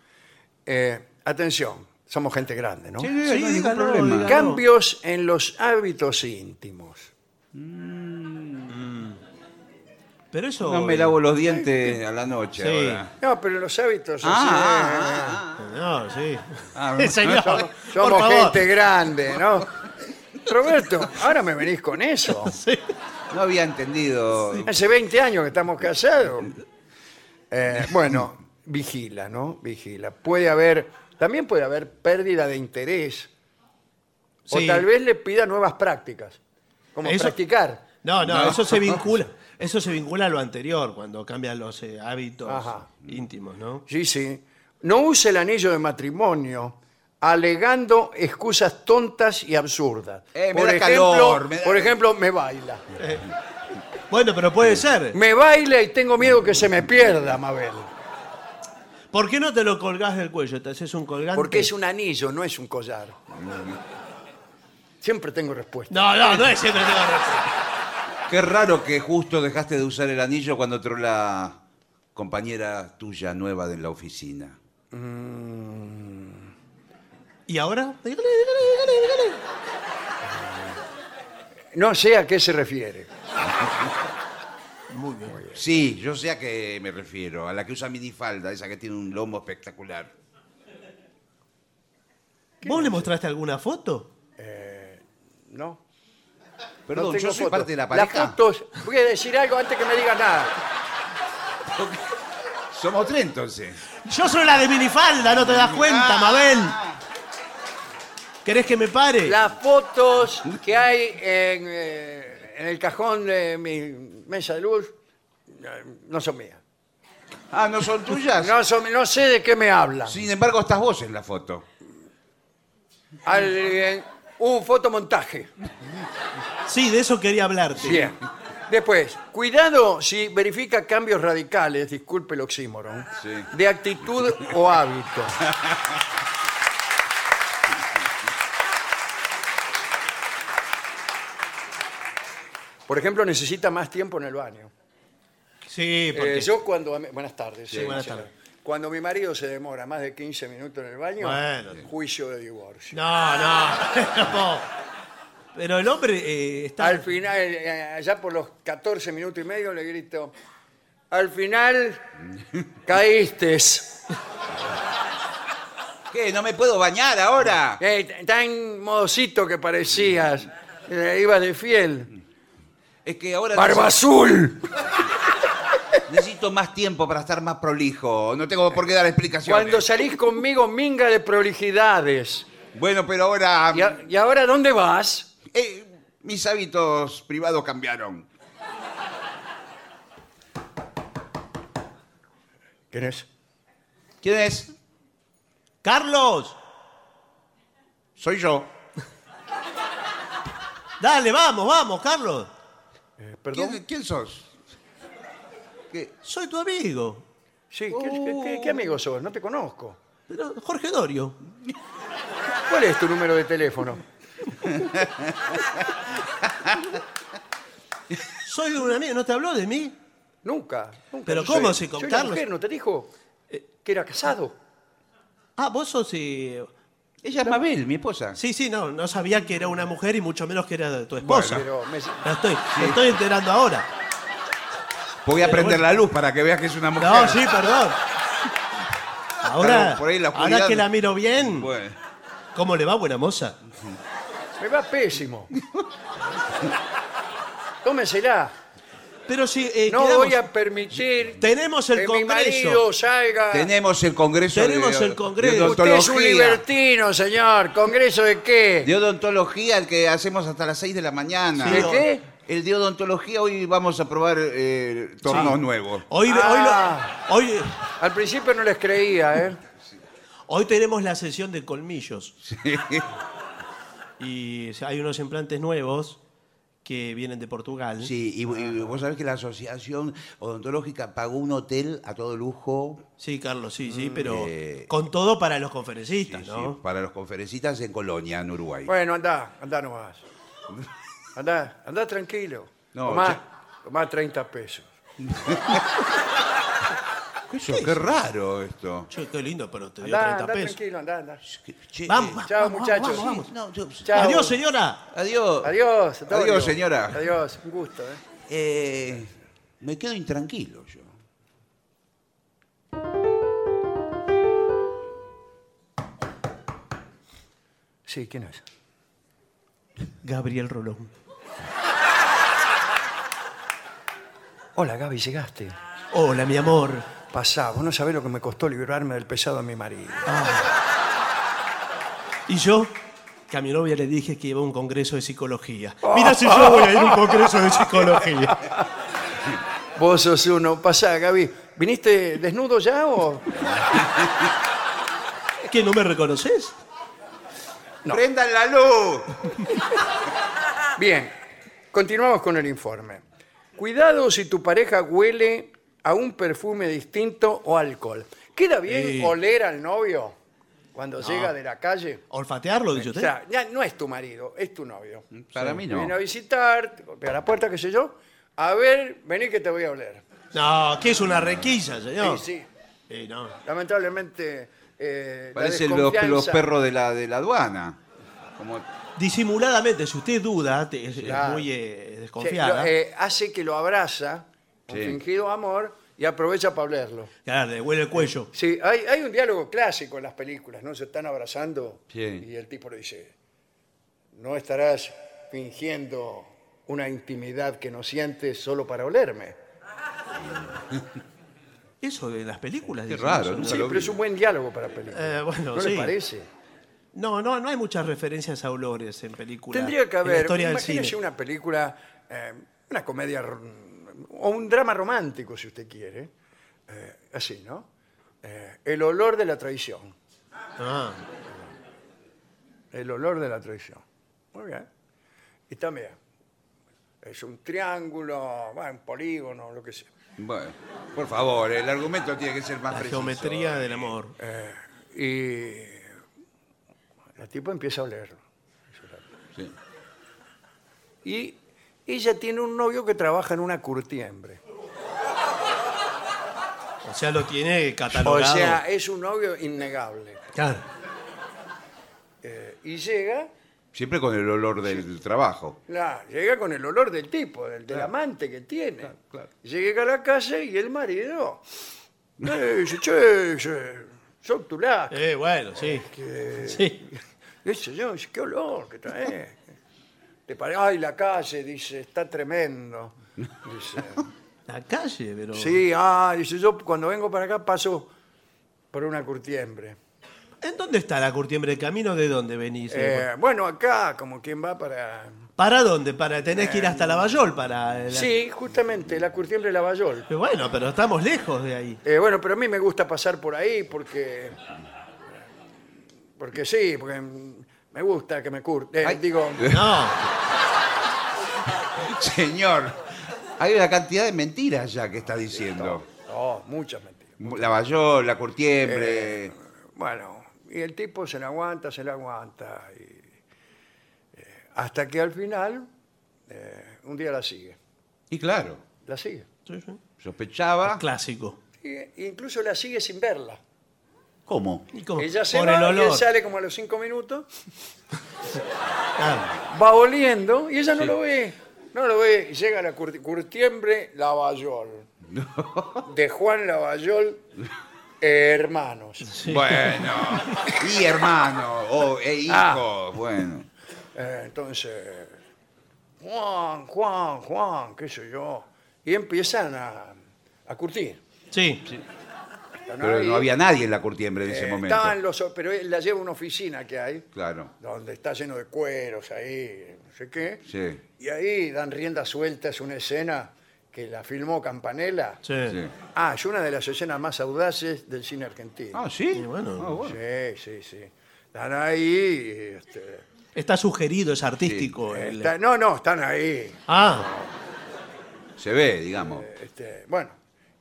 Speaker 2: Eh, atención, somos gente grande, ¿no?
Speaker 3: Sí,
Speaker 4: no hay ningún
Speaker 3: dígalo,
Speaker 4: problema.
Speaker 3: dígalo.
Speaker 2: Cambios en los hábitos íntimos.
Speaker 3: Pero eso.
Speaker 4: No me lavo los dientes a la noche
Speaker 3: Sí.
Speaker 4: ahora.
Speaker 2: No, pero los hábitos
Speaker 4: Ah,
Speaker 2: así, eh,
Speaker 4: ah, ah,
Speaker 3: No, (laughs) sí.
Speaker 4: Ah, bueno.
Speaker 3: Señor,
Speaker 2: Somos,
Speaker 3: por
Speaker 2: somos
Speaker 3: favor.
Speaker 2: gente grande, ¿no? Roberto, ahora me venís con eso.
Speaker 4: (laughs)
Speaker 3: Sí.
Speaker 4: ah. No había entendido.
Speaker 2: Hace 20 años que estamos casados. Eh, bueno, vigila, ¿no? Vigila. Puede haber, también puede haber pérdida de interés.
Speaker 3: Sí.
Speaker 2: O tal vez le pida nuevas prácticas, como
Speaker 3: Eso-
Speaker 2: practicar.
Speaker 3: No, no,
Speaker 4: No.
Speaker 3: eso se vincula. Eso se vincula a lo anterior, cuando cambian los eh, hábitos
Speaker 2: Ajá.
Speaker 3: íntimos, ¿no?
Speaker 2: Sí, sí. No use el anillo de matrimonio alegando excusas tontas y absurdas.
Speaker 4: Eh, me
Speaker 2: por,
Speaker 4: da
Speaker 2: ejemplo,
Speaker 4: calor, me da-
Speaker 2: por ejemplo, me baila.
Speaker 3: Bueno, pero puede ser.
Speaker 2: Me baila y tengo miedo que se me pierda, Mabel.
Speaker 3: ¿Por qué no te lo colgás del cuello? ¿Te haces un colgante?
Speaker 2: Porque es un anillo, no es un collar. Siempre tengo respuesta.
Speaker 3: No, no, no es siempre tengo razón.
Speaker 4: Qué raro que justo dejaste de usar el anillo cuando entró la compañera tuya nueva de la oficina.
Speaker 3: ¿Y ahora? Dígale, dígale, dígale, dígale.
Speaker 2: No sé a qué se refiere.
Speaker 3: Muy bien.
Speaker 4: Sí, yo sé a qué me refiero, a la que usa minifalda, esa que tiene un lomo espectacular.
Speaker 3: ¿Vos le mostraste alguna foto?
Speaker 2: No.
Speaker 4: Perdón,
Speaker 2: no tengo
Speaker 4: yo soy
Speaker 2: fotos.
Speaker 4: parte de la pareja.
Speaker 2: Las fotos. Voy a decir algo antes que me digas nada.
Speaker 4: Somos tres entonces.
Speaker 3: Yo soy la de minifalda, ¿no te das
Speaker 2: Ah.
Speaker 3: cuenta, Mabel? ¿Querés que me pare?
Speaker 2: Las fotos que hay en, eh, en el cajón de mi mesa de luz eh, no son mías.
Speaker 4: Ah, ¿no son tuyas?
Speaker 2: No, son- no sé de qué me hablan.
Speaker 4: Sin embargo, estás vos en la foto.
Speaker 2: Alguien- un fotomontaje.
Speaker 3: Sí, de eso quería hablarte.
Speaker 2: Bien. Después, cuidado si verifica cambios radicales, disculpe el oxímoron,
Speaker 4: Sí.
Speaker 2: de actitud o hábito. Por ejemplo, necesita más tiempo en el baño.
Speaker 3: Sí, porque...
Speaker 2: Eh, yo cuando... a mi- Buenas tardes.
Speaker 3: Sí, buenas tardes.
Speaker 2: Cuando mi marido se demora más de 15 minutos en el baño,
Speaker 3: Bueno.
Speaker 2: juicio de divorcio.
Speaker 3: No, no. (laughs) no. Pero el hombre eh, está...
Speaker 2: Al final, eh, allá por los 14 minutos y medio, le grito: Al final
Speaker 3: (laughs)
Speaker 2: caíste.
Speaker 4: ¿Qué? ¿No me puedo bañar ahora?
Speaker 2: Eh, t- tan modosito que parecías. Eh, ibas de fiel.
Speaker 4: Es que ahora
Speaker 2: ¡Barba azul!
Speaker 4: necesito más tiempo para estar más prolijo. No tengo por qué dar explicaciones.
Speaker 2: Cuando salís conmigo, minga de prolijidades.
Speaker 4: Bueno, pero ahora
Speaker 2: ¿Y, a- y ahora dónde vas?
Speaker 4: eh, mis hábitos privados cambiaron.
Speaker 2: ¿Quién es?
Speaker 4: ¿Quién es?
Speaker 3: ¡Carlos!
Speaker 4: Soy yo.
Speaker 3: Dale, vamos, vamos, Carlos.
Speaker 2: Eh, ¿Perdón?
Speaker 4: ¿Quién, quién sos? ¿Qué?
Speaker 3: Soy tu amigo.
Speaker 2: Sí,
Speaker 3: Oh.
Speaker 2: ¿qué, qué- qué- qué amigo sos? No te conozco.
Speaker 3: Pero Jorge Dorio.
Speaker 2: ¿Cuál es tu número de teléfono?
Speaker 3: Soy un amigo, ¿no te habló de mí?
Speaker 2: Nunca. nunca.
Speaker 3: Pero
Speaker 2: Yo
Speaker 3: ¿cómo
Speaker 2: soy-
Speaker 3: si con
Speaker 2: soy
Speaker 3: Carlos?
Speaker 2: Una mujer, ¿No te dijo eh, que era casado?
Speaker 3: Ah, vos sos... eh,
Speaker 4: Ella es Mabel, mi esposa.
Speaker 3: Sí, sí, no, no sabía que era una mujer y mucho menos que era tu esposa.
Speaker 2: Pero me-
Speaker 3: La estoy, me estoy enterando ahora.
Speaker 4: Voy a prender la luz para que veas que es una mujer.
Speaker 3: No, sí, perdón. Ahora,
Speaker 4: Por ahí la
Speaker 3: ahora
Speaker 4: oscuridad-
Speaker 3: que la miro bien,
Speaker 4: Bueno,
Speaker 3: ¿cómo le va, buena moza?
Speaker 2: me va pésimo. Tómensela.
Speaker 3: Pero si eh,
Speaker 2: No
Speaker 3: quedamos-
Speaker 2: voy a permitir
Speaker 3: tenemos el
Speaker 2: que mi
Speaker 3: Congreso.
Speaker 2: marido salga.
Speaker 4: tenemos el congreso.
Speaker 3: Tenemos
Speaker 4: de,
Speaker 3: el congreso.
Speaker 4: De
Speaker 2: Usted es un
Speaker 4: odontología.
Speaker 2: libertino, señor. ¿Congreso de qué?
Speaker 4: De odontología, el que hacemos hasta las 6 de la mañana.
Speaker 2: ¿De qué?
Speaker 4: El de odontología, hoy vamos a probar eh, tornos nuevos.
Speaker 3: Hoy,
Speaker 2: Ah.
Speaker 3: hoy, lo- hoy,
Speaker 2: Al principio no les creía, ¿eh?
Speaker 3: hoy tenemos la sesión de colmillos. Y hay unos implantes nuevos que vienen de Portugal.
Speaker 4: Sí, y, y vos sabés que la asociación odontológica pagó un hotel a todo lujo
Speaker 3: Sí, Carlos, sí, sí, pero
Speaker 4: eh.
Speaker 3: con todo para los
Speaker 4: sí,
Speaker 3: conferencistas,
Speaker 4: sí,
Speaker 3: ¿no?
Speaker 4: para los conferencistas en Colonia, en Uruguay.
Speaker 2: Bueno, andá, andá nomás. Andá, andá tranquilo.
Speaker 4: No,
Speaker 2: tomá, tomá 30 pesos.
Speaker 4: ¿Qué, es eso? Qué raro esto.
Speaker 3: Che, qué lindo, pero te dio
Speaker 2: Andá,
Speaker 3: 30
Speaker 2: andá
Speaker 3: pesos.
Speaker 2: tranquilo, andá, andá.
Speaker 4: Che,
Speaker 3: Vamos,
Speaker 4: eh,
Speaker 3: vamos,
Speaker 2: Chao,
Speaker 3: vamos,
Speaker 2: muchachos.
Speaker 3: vamos, vamos.
Speaker 4: no, yo-
Speaker 2: Chao.
Speaker 3: Adiós, señora.
Speaker 4: adiós.
Speaker 2: Adiós. Antonio.
Speaker 4: Adiós, señora.
Speaker 2: Adiós, un gusto, ¿eh?
Speaker 4: Eh, me quedo intranquilo yo.
Speaker 2: Sí, ¿quién es?
Speaker 3: Gabriel Rolón.
Speaker 2: Hola, Gaby, llegaste.
Speaker 3: Hola, mi amor.
Speaker 2: Pasá, vos no sabés lo que me costó librarme del pesado de mi marido.
Speaker 3: Y yo, que a mi novia le dije que iba a un congreso de psicología. Mira si yo voy a ir a un congreso de psicología.
Speaker 2: Vos sos uno. Pasá, Gaby. ¿Viniste desnudo ya o...?
Speaker 3: ¿Que no me reconoces?
Speaker 4: ¡Prendan la luz! Ah.
Speaker 2: Bien, continuamos con el informe. Cuidado si tu pareja huele a un perfume distinto o alcohol. ¿Queda bien
Speaker 3: Sí.
Speaker 2: oler al novio cuando llega de la calle?
Speaker 3: ¿Olfatearlo, dice
Speaker 2: O
Speaker 3: usted?
Speaker 2: sea, ya no es tu marido, es tu novio.
Speaker 4: Para mí no.
Speaker 2: Viene a visitar, te golpea la puerta, qué sé yo. A ver, vení que te voy a oler.
Speaker 3: No, que es una requisa, señor.
Speaker 2: Sí, sí.
Speaker 3: Eh, no.
Speaker 2: Lamentablemente, eh, la
Speaker 4: Parecen los, los
Speaker 2: desconfianza-
Speaker 4: perros de la, de la aduana. Como-
Speaker 3: Disimuladamente, si usted duda, te- es, es
Speaker 2: Claro.
Speaker 3: muy eh,
Speaker 2: Sí,
Speaker 3: desconfiada.
Speaker 2: lo- eh, hace que lo abraza, con
Speaker 4: Sí.
Speaker 2: fingido amor, y aprovecha para olerlo.
Speaker 3: Claro, le huele el cuello.
Speaker 2: Sí, hay, hay un diálogo clásico en las películas, ¿no? Se están abrazando
Speaker 4: Sí.
Speaker 2: y el tipo le dice, no estarás fingiendo una intimidad que no sientes solo para olerme.
Speaker 3: Eso de las películas.
Speaker 4: Qué
Speaker 3: dicen
Speaker 4: raro,
Speaker 3: eso, ¿no?
Speaker 4: nunca
Speaker 2: Sí,
Speaker 4: lo
Speaker 2: pero
Speaker 4: vi.
Speaker 2: es un buen diálogo para películas.
Speaker 3: Eh, bueno,
Speaker 2: ¿No
Speaker 3: sí.
Speaker 2: le parece?
Speaker 3: No, no, no hay muchas referencias a olores en películas.
Speaker 2: Tendría que
Speaker 3: en la
Speaker 2: haber,
Speaker 3: historia del
Speaker 2: imagínese
Speaker 3: cine.
Speaker 2: una película, eh, una comedia r- o un drama romántico, si usted quiere, eh, así, ¿no? Eh, el olor de la traición.
Speaker 3: Ah,
Speaker 2: El olor de la traición. Muy bien. Y también es un triángulo, bueno, un polígono, lo que sea.
Speaker 4: Bueno, por favor, el argumento tiene que ser más
Speaker 3: la
Speaker 4: preciso.
Speaker 3: geometría del amor.
Speaker 2: Eh. Y la tipa empieza a olerlo.
Speaker 4: Sí.
Speaker 2: Y ella tiene un novio que trabaja en una curtiembre.
Speaker 3: O sea, lo tiene
Speaker 2: O
Speaker 3: catalogado.
Speaker 2: sea, es un novio innegable.
Speaker 3: Claro.
Speaker 2: Eh, y llega,
Speaker 4: Siempre con el olor del trabajo.
Speaker 2: la- llega con el olor del tipo, del, del amante que tiene. Llega a la casa y el marido le dice, che, che, son tu laca".
Speaker 3: Eh, bueno, sí. Sí.
Speaker 2: Dice, yo, dice, qué olor que trae. Te pare... Ay, la calle, dice, está tremendo. Dice,
Speaker 3: La calle, pero.
Speaker 2: sí, ah, dice, yo cuando vengo para acá paso por una curtiembre.
Speaker 3: ¿En dónde está la curtiembre? ¿El camino de dónde venís?
Speaker 2: Eh, bueno, acá, como quien va para
Speaker 3: ¿Para dónde? Para tenés que ir hasta Lavallol para. eh, la-
Speaker 2: Eh. Sí, justamente, la curtiembre de Lavallol.
Speaker 3: Pero Bueno, pero estamos lejos de ahí.
Speaker 2: Eh, bueno, pero a mí me gusta pasar por ahí porque. Porque sí, porque mm, me gusta que me curte. Eh,
Speaker 4: Ay.
Speaker 2: digo,
Speaker 3: No.
Speaker 4: (laughs) Señor, hay una cantidad de mentiras ya que está diciendo.
Speaker 2: no, muchas mentiras.
Speaker 4: La Bayol, la Curtiembre.
Speaker 2: Bueno, y el tipo se la aguanta, se la aguanta. y, eh, hasta que al final, eh, un día la sigue.
Speaker 4: Y claro,
Speaker 2: La sigue.
Speaker 3: Sí, sí.
Speaker 4: sospechaba.
Speaker 3: Clásico.
Speaker 2: Y- incluso la sigue sin verla.
Speaker 4: ¿Cómo?
Speaker 3: ¿Y cómo?
Speaker 2: Ella se
Speaker 3: Oh, Por
Speaker 2: va,
Speaker 3: el
Speaker 2: y él
Speaker 3: olor.
Speaker 2: sale como a los cinco minutos,
Speaker 3: Ah,
Speaker 2: va oliendo y ella no lo ve. No lo ve. Y llega la curti- curtiembre Lavallol. De Juan Lavallol, eh, hermanos.
Speaker 4: Bueno, y hermano, o e hijo,
Speaker 2: Ah.
Speaker 4: bueno.
Speaker 2: Eh, entonces, Juan, Juan, Juan, qué sé yo. Y empiezan a, a curtir.
Speaker 3: sí.
Speaker 2: Están
Speaker 4: Pero
Speaker 2: ahí,
Speaker 4: no había nadie en la Curtiembre en ese
Speaker 2: eh,
Speaker 4: momento.
Speaker 2: estaban los, pero él la lleva a una oficina que hay,
Speaker 4: Claro,
Speaker 2: donde está lleno de cueros ahí, no sé qué.
Speaker 4: sí,
Speaker 2: Y ahí dan rienda suelta, es una escena que la filmó Campanella.
Speaker 3: Sí.
Speaker 4: sí.
Speaker 2: Ah, es una de las escenas más audaces del cine argentino.
Speaker 4: Ah, sí.
Speaker 3: Y bueno.
Speaker 4: Ah, bueno.
Speaker 2: sí, sí, sí. Están ahí. este,
Speaker 3: Está sugerido, es artístico. el-
Speaker 2: está- no, no, están ahí.
Speaker 3: Ah,
Speaker 4: Se ve, digamos.
Speaker 2: Este, bueno,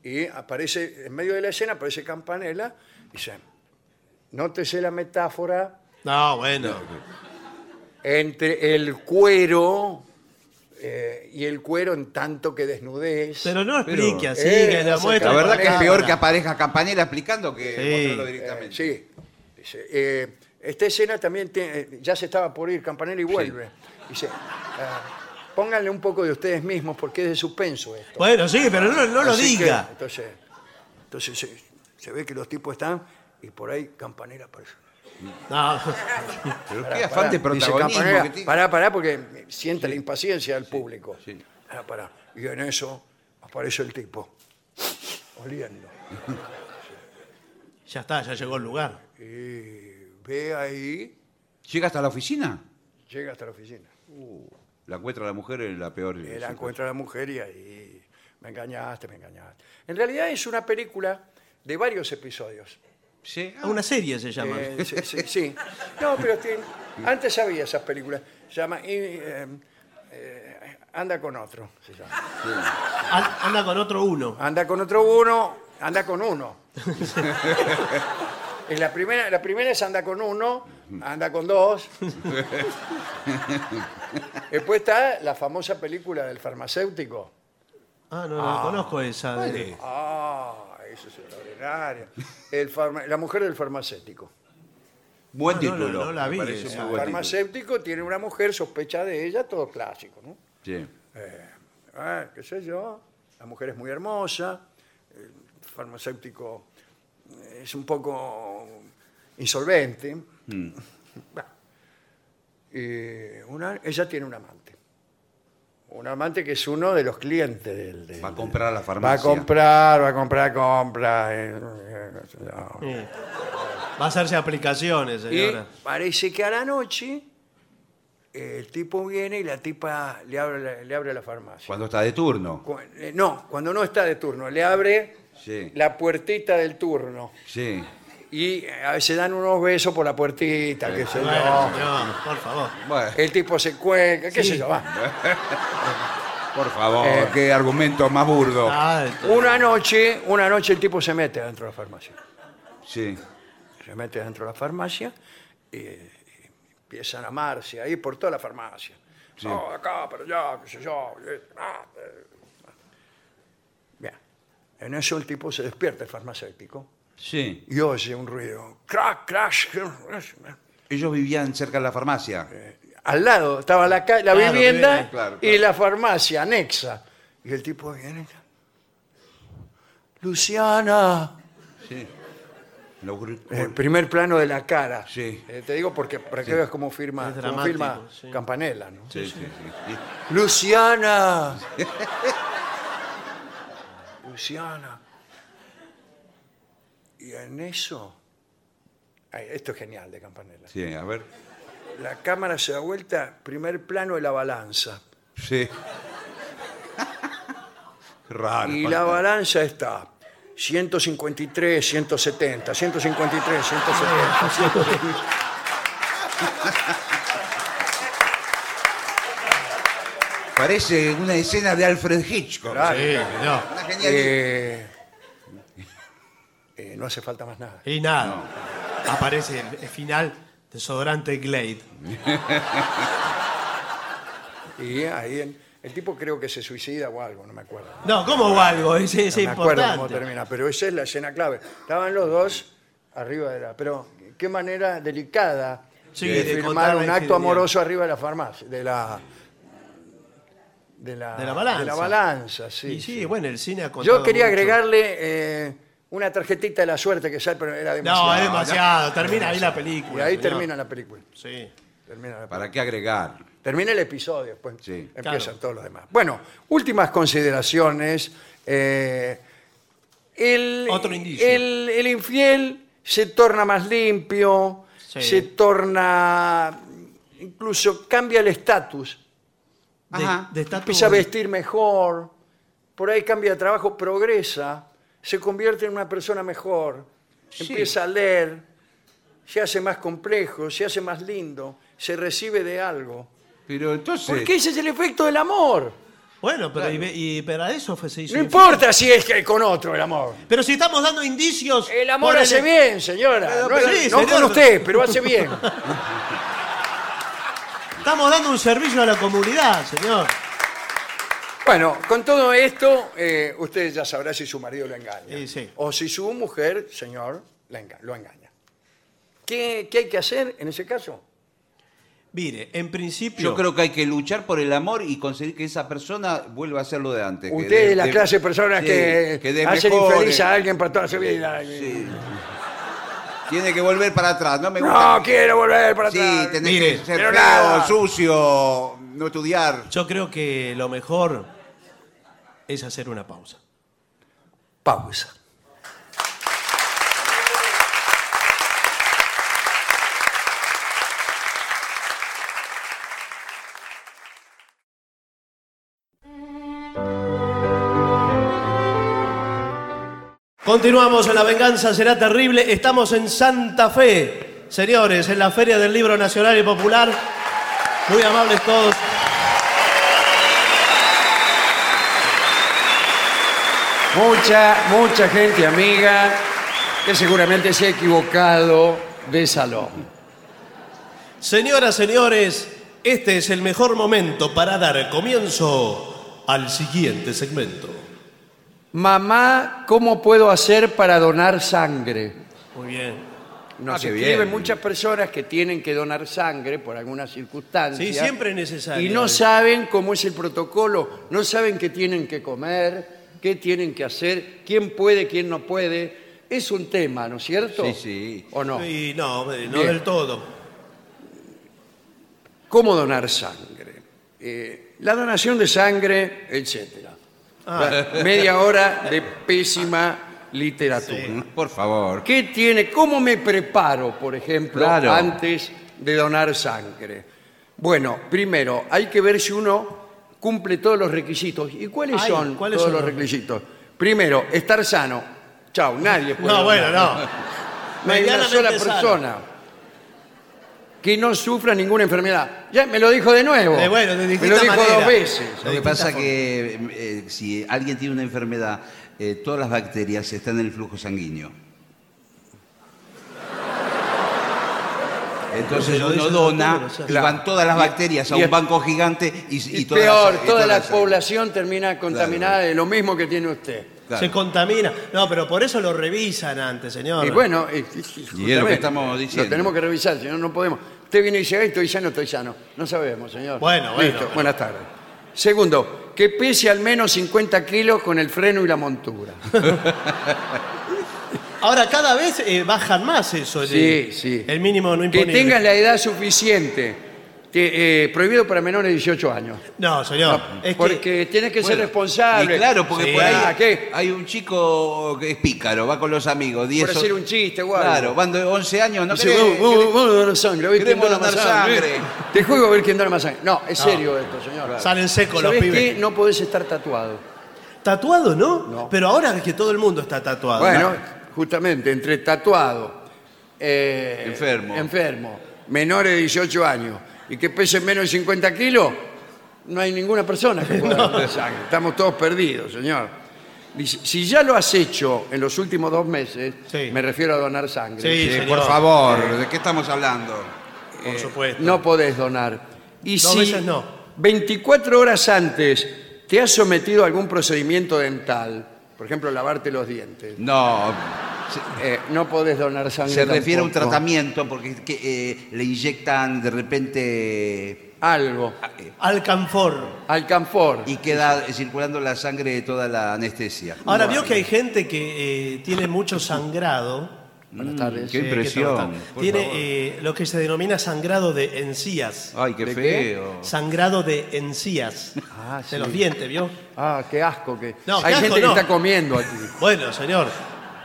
Speaker 2: y aparece, en medio de la escena aparece Campanella y dice, nótese la metáfora
Speaker 3: no, bueno.
Speaker 2: entre el cuero eh, y el cuero en tanto que desnudez.
Speaker 3: Pero no
Speaker 4: Pero-
Speaker 3: explique así,
Speaker 2: Eh,
Speaker 3: que la
Speaker 2: no sé,
Speaker 3: muestra.
Speaker 4: La
Speaker 2: Está
Speaker 4: verdad que es
Speaker 2: bien.
Speaker 4: peor que aparezca Campanella explicando que
Speaker 3: Sí.
Speaker 4: mostrarlo
Speaker 2: Eh,
Speaker 4: directamente.
Speaker 2: sí. Dice, eh, esta escena también tiene- eh, ya se estaba por ir, Campanella y vuelve. Dice, ah, pónganle un poco de ustedes mismos porque es de suspenso esto.
Speaker 3: Bueno, sí, pero no, no lo
Speaker 2: Así que,
Speaker 3: diga.
Speaker 2: entonces, entonces se, se ve que los tipos están y por ahí Campanella aparece.
Speaker 3: No. (laughs)
Speaker 4: Pero
Speaker 2: Pará,
Speaker 4: qué
Speaker 2: pará,
Speaker 4: afán de
Speaker 2: dice
Speaker 4: protagonismo
Speaker 2: Campanella,
Speaker 4: que tiene.
Speaker 2: Pará, pará, porque siente la impaciencia del público.
Speaker 4: sí.
Speaker 2: Pará, pará. Y en eso aparece el tipo, oliendo.
Speaker 3: Ya está, ya llegó el lugar.
Speaker 2: Y ve ahí,
Speaker 4: ¿Llega hasta la oficina?
Speaker 2: llega hasta la oficina.
Speaker 4: La encuentra la mujer en la peor.
Speaker 2: Eh, la encuentra la mujer y ahí me engañaste, me engañaste. En realidad es una película de varios episodios.
Speaker 4: Sí.
Speaker 3: Ah, Una serie se llama.
Speaker 2: Eh, sí, sí, sí. No, pero tiene- antes había esas películas. Se llama y, eh, eh, Anda con otro. se llama.
Speaker 3: An- Anda con otro uno.
Speaker 2: Anda con otro uno, anda con uno. En la, primera, la primera es anda con uno, anda con dos. Después está la famosa película del farmacéutico.
Speaker 3: Ah, no, no conozco esa. de-
Speaker 2: Ah, eso es extraordinario. El farma- la mujer del farmacéutico.
Speaker 4: Buen
Speaker 3: Ah, no, no,
Speaker 4: título.
Speaker 3: no la
Speaker 4: me
Speaker 3: vi
Speaker 4: parece
Speaker 2: El
Speaker 3: esa.
Speaker 4: muy buen título.
Speaker 2: farmacéutico tiene una mujer, sospecha de ella, todo clásico, ¿no?
Speaker 4: Sí.
Speaker 2: Ah, qué sé yo, la mujer es muy hermosa, el farmacéutico es un poco insolvente.
Speaker 4: Mm.
Speaker 2: Bah. Y una- ella tiene un amante. Un amante que es uno de los clientes del... del-
Speaker 4: Va a comprar a la
Speaker 2: va a
Speaker 4: farmacia.
Speaker 2: comprar, va a comprar, compra. eh, eh, no.
Speaker 3: Eh. Va a hacerse aplicaciones,
Speaker 2: Y
Speaker 3: señora.
Speaker 2: parece que a la noche eh, el tipo viene y la tipa le abre la, le abre la farmacia.
Speaker 4: Cuando está de turno.
Speaker 2: Cu- eh, no, cuando no está de turno, le abre
Speaker 4: Sí.
Speaker 2: la puertita del turno.
Speaker 4: Sí.
Speaker 2: Y eh, a veces dan unos besos por la puertita, qué sé
Speaker 3: Bueno,
Speaker 2: yo.
Speaker 3: señor, por favor.
Speaker 4: Bueno,
Speaker 2: El tipo se cuelga, qué
Speaker 3: Sí.
Speaker 2: sé yo. va.
Speaker 4: por favor,
Speaker 2: eh,
Speaker 4: qué argumento más burdo.
Speaker 3: Ah,
Speaker 2: Una noche, una noche el tipo se mete dentro de la farmacia.
Speaker 4: Sí.
Speaker 2: Se mete dentro de la farmacia y, y empiezan a amarse ahí por toda la farmacia.
Speaker 4: Sí.
Speaker 2: No, acá, pero allá, qué sé yo. eh, ah, eh. Bien. En eso el tipo se despierta, el farmacéutico,
Speaker 4: Sí.
Speaker 2: y oye un ruido. Crack, crash. crash.
Speaker 4: Ellos vivían cerca de la farmacia.
Speaker 2: Al lado estaba la, ca- la
Speaker 3: Claro,
Speaker 2: vivienda
Speaker 3: vivienda,
Speaker 4: claro,
Speaker 2: y la farmacia anexa. Y el tipo viene. Luciana.
Speaker 4: Sí. Lo gru-
Speaker 2: El Eh, primer plano de la cara.
Speaker 4: Sí.
Speaker 2: Eh, te digo porque para que veas cómo firma,
Speaker 3: Es
Speaker 2: cómo
Speaker 3: dramático,
Speaker 2: firma
Speaker 3: sí.
Speaker 2: Campanella, ¿no?
Speaker 4: Sí, sí, sí.
Speaker 2: Luciana. (laughs) Luciana. Y en eso. Ay, esto es genial de Campanella.
Speaker 4: Sí, a ver.
Speaker 2: la cámara se da vuelta, primer plano de la balanza.
Speaker 4: Sí. Raro.
Speaker 2: Y la
Speaker 4: fantástico.
Speaker 2: balanza está 153, 170, 153, 170. 170.
Speaker 4: Parece una escena de Alfred Hitchcock.
Speaker 2: Claro.
Speaker 3: Sí, no.
Speaker 4: Una Ah, genial-
Speaker 2: Eh, eh, no hace falta más nada.
Speaker 3: Y nada. Aparece el, el final desodorante Glade.
Speaker 2: Y ahí el, el tipo creo que se suicida o algo, no me acuerdo.
Speaker 3: No, ¿cómo o algo? Es, es
Speaker 2: No me acuerdo cómo
Speaker 3: importante.
Speaker 2: termina, pero esa es la escena clave. Estaban los dos arriba de la... Pero qué manera delicada
Speaker 3: Sí,
Speaker 2: de,
Speaker 3: de contar
Speaker 2: firmar
Speaker 3: la
Speaker 2: un acto
Speaker 3: infidelidad.
Speaker 2: amoroso arriba de la farmacia, de la... De la,
Speaker 3: De la balanza.
Speaker 2: de la balanza, sí,
Speaker 3: Y
Speaker 2: sí.
Speaker 3: sí, bueno, el cine ha contado
Speaker 2: Yo quería
Speaker 3: mucho.
Speaker 2: agregarle eh, una tarjetita de la suerte que sale, pero era demasiado.
Speaker 3: No, es demasiado. Termina ahí la
Speaker 2: Y
Speaker 3: película.
Speaker 2: ahí
Speaker 3: señor.
Speaker 2: termina la película.
Speaker 3: Sí.
Speaker 2: Termina, la-
Speaker 4: ¿Para qué agregar?
Speaker 2: termina el episodio, después
Speaker 4: Sí.
Speaker 2: empiezan
Speaker 3: Claro.
Speaker 2: todos los demás. Bueno, últimas consideraciones. eh, el,
Speaker 3: Otro indicio.
Speaker 2: El, el infiel se torna más limpio,
Speaker 3: Sí.
Speaker 2: se torna. incluso cambia el estatus.
Speaker 3: De-
Speaker 4: Ajá.
Speaker 3: de estatus-
Speaker 2: Empieza a vestir mejor, por ahí cambia de trabajo, progresa, se convierte en una persona mejor, empieza a leer, se hace más complejo, se hace más lindo, se recibe de algo.
Speaker 4: Pero entonces.
Speaker 2: Porque ese es el efecto del amor.
Speaker 3: Bueno, pero, y, ve- y para eso fue, se hizo
Speaker 2: No
Speaker 3: un-
Speaker 2: importa si es que con otro el amor.
Speaker 3: Pero si estamos dando indicios.
Speaker 2: El amor
Speaker 3: por
Speaker 2: hace bien, señora.
Speaker 3: Pero-
Speaker 2: no
Speaker 3: pero
Speaker 2: es-
Speaker 3: sí,
Speaker 2: no
Speaker 3: señor.
Speaker 2: con usted, pero hace
Speaker 4: (laughs)
Speaker 2: bien.
Speaker 3: Estamos dando un servicio a la comunidad, señor.
Speaker 2: Bueno, con todo esto, eh, usted ya sabrá si su marido lo engaña.
Speaker 3: Sí, sí.
Speaker 2: O si su mujer, señor, la enga- lo engaña. ¿Qué, qué hay que hacer en ese caso?
Speaker 3: Mire, en principio.
Speaker 4: Yo creo que hay que luchar por el amor y conseguir que esa persona vuelva a ser lo de antes. que
Speaker 2: Usted
Speaker 4: de-
Speaker 2: es la
Speaker 4: de-
Speaker 2: clase de personas
Speaker 4: sí,
Speaker 2: que,
Speaker 4: de
Speaker 2: hacen
Speaker 4: mejores.
Speaker 2: infeliz a alguien para toda su vida.
Speaker 4: Sí. Tiene que volver para atrás. No me gusta.
Speaker 2: No quiero volver para
Speaker 4: sí,
Speaker 2: atrás.
Speaker 4: tenés
Speaker 3: Mire,
Speaker 4: que ser
Speaker 2: pero
Speaker 4: feo,
Speaker 2: nada.
Speaker 4: sucio, no estudiar.
Speaker 3: Yo creo que lo mejor es hacer una pausa.
Speaker 2: Pausa.
Speaker 3: Continuamos en La Venganza Será Terrible. Estamos en Santa Fe, señores, en la Feria del Libro Nacional y Popular. Muy amables todos.
Speaker 2: Mucha, mucha gente amiga que seguramente se ha equivocado de salón.
Speaker 3: Señoras, señores, este es el mejor momento para dar comienzo al siguiente segmento.
Speaker 2: Mamá, ¿cómo puedo hacer para donar sangre?
Speaker 3: Muy bien.
Speaker 2: Nos
Speaker 4: Ah, qué
Speaker 2: escriben
Speaker 4: bien.
Speaker 2: muchas personas que tienen que donar sangre por alguna circunstancia.
Speaker 3: Sí, siempre es necesario.
Speaker 2: Y no saben cómo es el protocolo, no saben qué tienen que comer, qué tienen que hacer, quién puede, quién no puede. Es un tema, ¿no es cierto?
Speaker 4: Sí, sí.
Speaker 2: ¿O no?
Speaker 3: Y no, eh, no
Speaker 2: Bien.
Speaker 3: del todo.
Speaker 2: ¿Cómo donar sangre? Eh, la donación de sangre, etc.
Speaker 3: Ah.
Speaker 2: Media hora de pésima literatura.
Speaker 4: Por favor.
Speaker 2: ¿Qué tiene? ¿Cómo me preparo, por ejemplo,
Speaker 4: Claro.
Speaker 2: antes de donar sangre? Bueno, primero, hay que ver si uno cumple todos los requisitos. ¿Y cuáles
Speaker 3: Ay,
Speaker 2: son
Speaker 3: ¿cuáles
Speaker 2: todos
Speaker 3: son?
Speaker 2: los requisitos? Primero, estar sano. Chao, nadie puede.
Speaker 3: No, bueno,
Speaker 2: donar.
Speaker 3: no.
Speaker 2: No hay una sola
Speaker 3: Medianamente sano.
Speaker 2: persona que no sufra ninguna enfermedad. Ya me lo dijo de nuevo.
Speaker 3: Eh, bueno, de
Speaker 2: me lo
Speaker 3: distinta
Speaker 2: dijo dos
Speaker 3: manera.
Speaker 2: veces.
Speaker 4: Lo
Speaker 3: De
Speaker 4: que
Speaker 3: distintas
Speaker 4: pasa
Speaker 3: formas.
Speaker 4: que eh, si alguien tiene una enfermedad, eh, todas las bacterias están en el flujo sanguíneo. Entonces
Speaker 3: Pero
Speaker 4: uno
Speaker 3: eso no
Speaker 4: dona,
Speaker 3: lo sabe.
Speaker 4: y van todas las
Speaker 2: Y-
Speaker 4: bacterias a
Speaker 2: y-
Speaker 4: un banco gigante y, y
Speaker 2: Y,
Speaker 4: todas
Speaker 2: peor,
Speaker 4: las- y
Speaker 2: toda
Speaker 4: todas
Speaker 2: la
Speaker 4: las-
Speaker 2: población termina contaminada de lo mismo que tiene usted.
Speaker 4: Claro.
Speaker 3: Se contamina. No, pero por eso lo revisan antes, señor.
Speaker 2: Y bueno, eh, justamente,
Speaker 4: estamos
Speaker 2: Lo
Speaker 4: diciendo.
Speaker 2: tenemos que revisar, si no, no podemos. Usted viene y dice, "Ay, estoy sano, estoy sano. No sabemos, señor.
Speaker 3: Bueno, bueno,
Speaker 2: Listo,
Speaker 3: pero-
Speaker 2: buenas tardes. Segundo, que pese al menos 50 kilos con el freno y la montura.
Speaker 3: Ahora cada vez eh, bajan más eso. el-
Speaker 2: Sí, sí.
Speaker 3: El mínimo no
Speaker 2: que
Speaker 3: imponible.
Speaker 2: tenga la edad suficiente Te- eh, prohibido para menores de 18 años.
Speaker 3: No, señor. es
Speaker 2: porque
Speaker 3: que,
Speaker 2: tienes que ser
Speaker 4: Bueno,
Speaker 2: responsable.
Speaker 4: Y claro, porque
Speaker 3: Sí.
Speaker 4: por ahí
Speaker 2: Ah, ¿qué?
Speaker 4: hay un chico que es pícaro, va con los amigos. diez
Speaker 2: Por
Speaker 4: o-
Speaker 2: hacer un chiste o algo.
Speaker 4: Claro, van de 11 años, no
Speaker 2: Dice,
Speaker 4: querés-
Speaker 2: vamos, vamos, vamos a donar sangre, a ver quién
Speaker 4: Queremos
Speaker 2: dona más
Speaker 4: donar
Speaker 2: sangre.
Speaker 4: sangre.
Speaker 2: Te juego a ver quién dona más sangre. No, es serio esto, señor.
Speaker 3: Salen secos los
Speaker 2: ¿Sabés
Speaker 3: pibes.
Speaker 2: qué? No podés estar tatuado.
Speaker 3: Tatuado, ¿no?
Speaker 2: No.
Speaker 3: Pero ahora es que todo el mundo está
Speaker 4: Ah,
Speaker 3: tatuado.
Speaker 2: Bueno, justamente, entre tatuado, eh,
Speaker 4: Enfermo.
Speaker 2: enfermo, menores de 18 años y que pesen menos de 50 kilos, no hay ninguna persona que pueda
Speaker 4: (laughs)
Speaker 2: donar sangre. Estamos todos perdidos, señor. Dice, si ya lo has hecho en los últimos dos meses,
Speaker 3: Sí.
Speaker 2: me refiero a donar sangre.
Speaker 3: Sí,
Speaker 4: Eh,
Speaker 3: señor.
Speaker 4: por favor, ¿de qué estamos hablando? eh,
Speaker 3: Por supuesto.
Speaker 2: No podés donar. Y
Speaker 3: Dos
Speaker 2: si
Speaker 3: veces no.
Speaker 2: 24 horas antes te has sometido a algún procedimiento dental, por ejemplo, lavarte los dientes,
Speaker 4: No,
Speaker 2: eh, no podés donar sangre.
Speaker 4: se refiere a un
Speaker 2: tampoco.
Speaker 4: tratamiento porque que, eh, le inyectan de repente
Speaker 2: Algo.
Speaker 3: Alcanfor.
Speaker 2: Alcanfor.
Speaker 4: y queda circulando la sangre de toda la anestesia.
Speaker 3: Ahora, vio que hay gente que eh, tiene mucho sangrado.
Speaker 2: Buenas tardes.
Speaker 4: qué
Speaker 3: Eh, que
Speaker 4: impresión,
Speaker 3: todo está-
Speaker 4: por
Speaker 3: Tiene
Speaker 4: favor.
Speaker 3: eh, lo que se denomina sangrado de encías.
Speaker 4: Ay, qué
Speaker 2: ¿De
Speaker 4: feo.
Speaker 3: Sangrado de
Speaker 4: (laughs)
Speaker 3: encías.
Speaker 2: Ah, sí.
Speaker 3: De los dientes, ¿vio?
Speaker 2: Ah, qué asco que.
Speaker 3: No,
Speaker 2: Hay
Speaker 3: qué asco,
Speaker 2: gente
Speaker 3: no.
Speaker 2: que está comiendo aquí.
Speaker 3: Bueno, señor.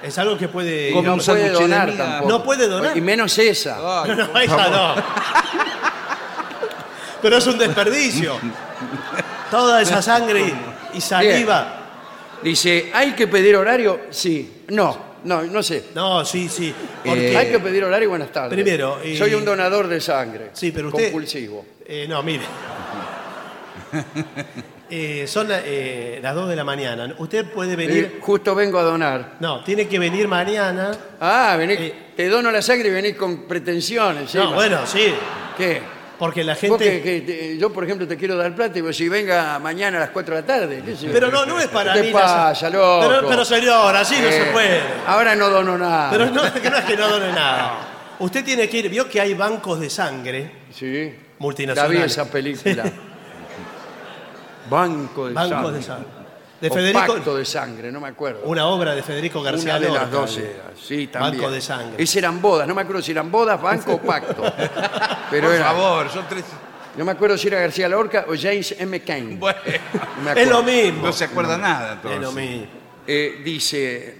Speaker 3: Es algo que puede.
Speaker 4: Come
Speaker 2: No
Speaker 4: un
Speaker 2: puede
Speaker 4: sándwich de
Speaker 2: donar
Speaker 4: miga.
Speaker 2: tampoco.
Speaker 3: No puede donar.
Speaker 2: Y menos esa.
Speaker 4: (laughs)
Speaker 3: (laughs)
Speaker 4: Ay,
Speaker 3: No, no,
Speaker 4: por
Speaker 3: esa
Speaker 4: favor.
Speaker 3: no. Pero es un
Speaker 4: (laughs)
Speaker 3: desperdicio. Toda esa sangre y saliva.
Speaker 2: Dice, ¿hay que pedir horario? Sí. No, no, no sé. Eh,
Speaker 3: No, sí, sí. Porque,
Speaker 2: Hay que pedir horario y buenas tardes.
Speaker 3: primero, eh,
Speaker 2: Soy un donador de sangre.
Speaker 3: sí, pero usted.
Speaker 2: Compulsivo.
Speaker 3: Eh,
Speaker 2: (laughs)
Speaker 3: no, mire. Eh, son eh, las 2 de la mañana. Usted puede
Speaker 2: Eh,
Speaker 3: venir.
Speaker 2: justo vengo a donar.
Speaker 3: No, tiene que venir mañana.
Speaker 2: Ah, venís,
Speaker 3: Eh.
Speaker 2: te dono la sangre y venís con pretensiones.
Speaker 3: No,
Speaker 2: encima.
Speaker 3: bueno, sí.
Speaker 2: ¿Qué?
Speaker 3: Porque la
Speaker 2: Vos que-
Speaker 3: gente.
Speaker 2: que te- yo, por ejemplo, te quiero dar plata y vos si venga mañana a las 4 de la tarde. ¿qué sé yo?
Speaker 3: Pero no, no es para
Speaker 2: ¿Qué
Speaker 3: mí. la-
Speaker 2: pasa, loco?
Speaker 3: Pero, pero señor, así no se
Speaker 2: Eh,
Speaker 3: puede.
Speaker 2: Ahora no dono nada.
Speaker 3: Pero no, que no es que no done nada. Usted tiene que ir, vio que hay bancos de sangre,
Speaker 2: Sí. La
Speaker 3: Multinacionales.
Speaker 2: vi esa película. Banco de
Speaker 3: bancos
Speaker 2: sangre.
Speaker 3: de sangre. De
Speaker 2: O
Speaker 3: Federico,
Speaker 2: Pacto de sangre, no me acuerdo.
Speaker 3: una obra de Federico García
Speaker 2: Una de
Speaker 3: Lorca.
Speaker 2: las dos era, sí, también.
Speaker 3: Banco de sangre.
Speaker 2: Esas eran bodas, no me acuerdo si eran bodas, banco o
Speaker 3: (laughs)
Speaker 2: pacto. Pero
Speaker 4: Por
Speaker 2: era-
Speaker 4: favor, son tres.
Speaker 2: no me acuerdo si era García Lorca o James M. Cain.
Speaker 4: Bueno,
Speaker 2: No me
Speaker 3: Es
Speaker 2: acuerdo.
Speaker 3: lo mismo.
Speaker 4: no se acuerda nada.
Speaker 3: es
Speaker 4: entonces.
Speaker 3: lo mismo.
Speaker 2: Eh, dice,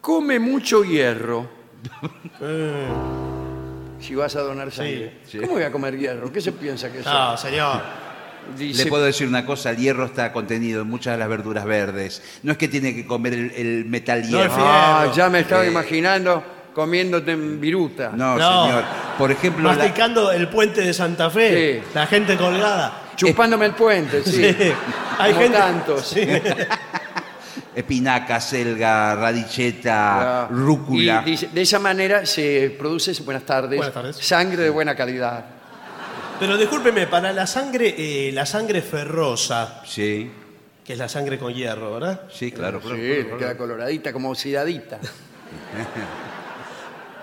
Speaker 2: come mucho hierro. si vas a donar sangre.
Speaker 4: sí.
Speaker 2: ¿Cómo voy a comer hierro? ¿Qué se piensa que es?
Speaker 3: No, señor.
Speaker 2: Dice,
Speaker 4: Le puedo decir una cosa, el hierro está contenido en muchas de las verduras verdes. No es que tiene que comer el, el metal
Speaker 3: No, el
Speaker 4: hierro.
Speaker 3: fierro.
Speaker 2: "Ah, ya me estaba
Speaker 4: Eh.
Speaker 2: imaginando comiéndote en viruta.
Speaker 4: No,
Speaker 3: No.
Speaker 4: señor. Por ejemplo, la-
Speaker 3: Masticando el puente de Santa Fe,
Speaker 2: Sí.
Speaker 3: la gente colgada.
Speaker 2: Chupándome el puente, sí.
Speaker 3: Sí. (laughs) Hay
Speaker 2: Como
Speaker 3: gente-
Speaker 2: tantos.
Speaker 3: Sí.
Speaker 4: espinaca, selga, radicheta,
Speaker 2: Ah,
Speaker 4: rúcula.
Speaker 2: y dice, de esa manera se produce, buenas tardes,
Speaker 3: Buenas tardes.
Speaker 2: sangre de buena calidad.
Speaker 3: Pero discúlpeme, para la sangre, eh, la sangre ferrosa,
Speaker 4: Sí,
Speaker 3: que es la sangre con hierro, ¿verdad?
Speaker 4: sí, claro.
Speaker 2: Sí, le queda coloradita, como oxidadita.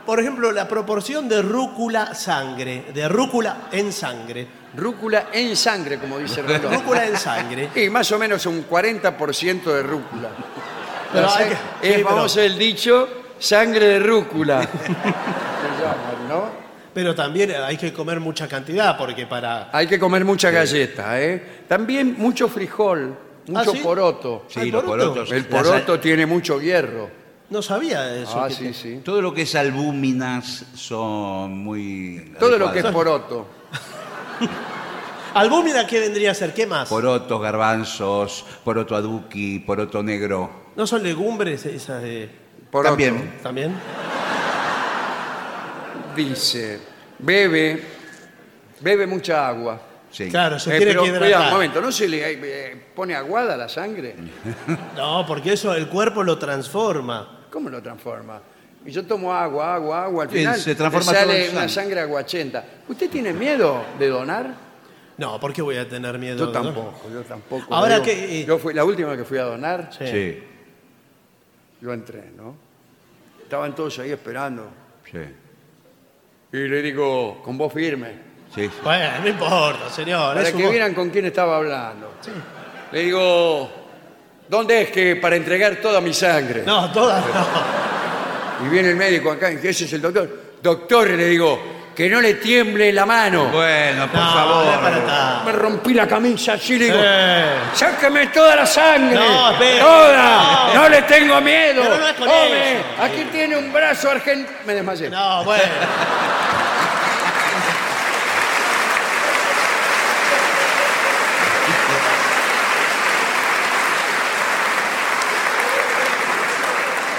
Speaker 3: Por ejemplo, la proporción de rúcula sangre, de rúcula en sangre.
Speaker 2: Rúcula en sangre, como dice el reloj.
Speaker 3: Rúcula
Speaker 2: (laughs)
Speaker 3: en sangre.
Speaker 2: Y más o menos un 40% de rúcula.
Speaker 3: Pero
Speaker 2: La
Speaker 3: hay
Speaker 2: sa-
Speaker 3: que-
Speaker 2: es
Speaker 3: sí, pero-
Speaker 2: famoso el dicho, sangre de
Speaker 3: (laughs)
Speaker 2: rúcula. Se llaman, ¿no?
Speaker 3: Pero también hay que comer mucha cantidad porque para...
Speaker 2: Hay que comer mucha galleta, ¿eh? También mucho frijol, mucho
Speaker 3: ¿Ah, ¿sí?
Speaker 2: poroto.
Speaker 4: Sí,
Speaker 3: ¿Al
Speaker 4: los
Speaker 3: poroto?
Speaker 4: porotos.
Speaker 2: El
Speaker 4: Las
Speaker 2: poroto tiene mucho hierro.
Speaker 3: No sabía eso.
Speaker 2: Ah,
Speaker 3: que-
Speaker 2: sí, sí.
Speaker 4: al- Todo lo que es albúminas son muy.
Speaker 2: Todo lo que es
Speaker 4: adecuadas.
Speaker 2: poroto.
Speaker 3: Albúmina, ¿qué vendría a ser? ¿Qué más?
Speaker 4: Porotos, garbanzos, poroto aduki, poroto negro.
Speaker 3: ¿No son legumbres esas de...
Speaker 2: poroto.
Speaker 4: También.
Speaker 3: también?
Speaker 2: Dice, bebe, bebe mucha agua.
Speaker 4: Sí.
Speaker 3: Claro, se
Speaker 2: Eh,
Speaker 3: tiene
Speaker 2: pero,
Speaker 3: que
Speaker 2: cuidado, un
Speaker 3: hidratar.
Speaker 2: momento, ¿no se le eh, pone aguada la sangre?
Speaker 3: no, porque eso el cuerpo lo transforma.
Speaker 2: ¿Cómo lo transforma? Y yo tomo agua, agua, agua, al
Speaker 4: Sí,
Speaker 2: final
Speaker 4: se transforma
Speaker 2: le
Speaker 4: todo
Speaker 2: sale
Speaker 4: en
Speaker 2: una
Speaker 4: sangre.
Speaker 2: sangre aguachenta. ¿Usted tiene miedo de donar?
Speaker 3: No, ¿por qué voy a tener miedo?
Speaker 2: Yo
Speaker 3: de-
Speaker 2: tampoco, yo tampoco.
Speaker 3: Ahora
Speaker 2: Digo,
Speaker 3: que, eh,
Speaker 2: yo fui la última que fui a donar,
Speaker 3: Sí.
Speaker 4: Sí,
Speaker 2: yo entré, ¿no? Estaban todos ahí esperando.
Speaker 4: sí.
Speaker 2: Y le digo, con voz firme,
Speaker 4: sí.
Speaker 3: Bueno, no importa, señor.
Speaker 2: para
Speaker 3: es un
Speaker 2: que
Speaker 3: mo-
Speaker 2: vieran con quién estaba hablando. Le digo, ¿dónde es que para entregar toda mi sangre?
Speaker 3: No, todas no.
Speaker 2: Y viene el médico acá, y dice, ese es el doctor. Doctor, le digo, Que no le tiemble la mano.
Speaker 4: Bueno, por
Speaker 3: No, no es para
Speaker 4: favor.
Speaker 3: tanto.
Speaker 2: Me rompí la camisa así, le digo,
Speaker 3: Eh.
Speaker 2: sáqueme toda la sangre.
Speaker 3: No, espera.
Speaker 2: toda.
Speaker 3: No.
Speaker 2: No le tengo miedo.
Speaker 3: Pero no es con
Speaker 2: Tome,
Speaker 3: eso.
Speaker 2: aquí tiene un brazo argentino. Me desmayé.
Speaker 3: No, bueno.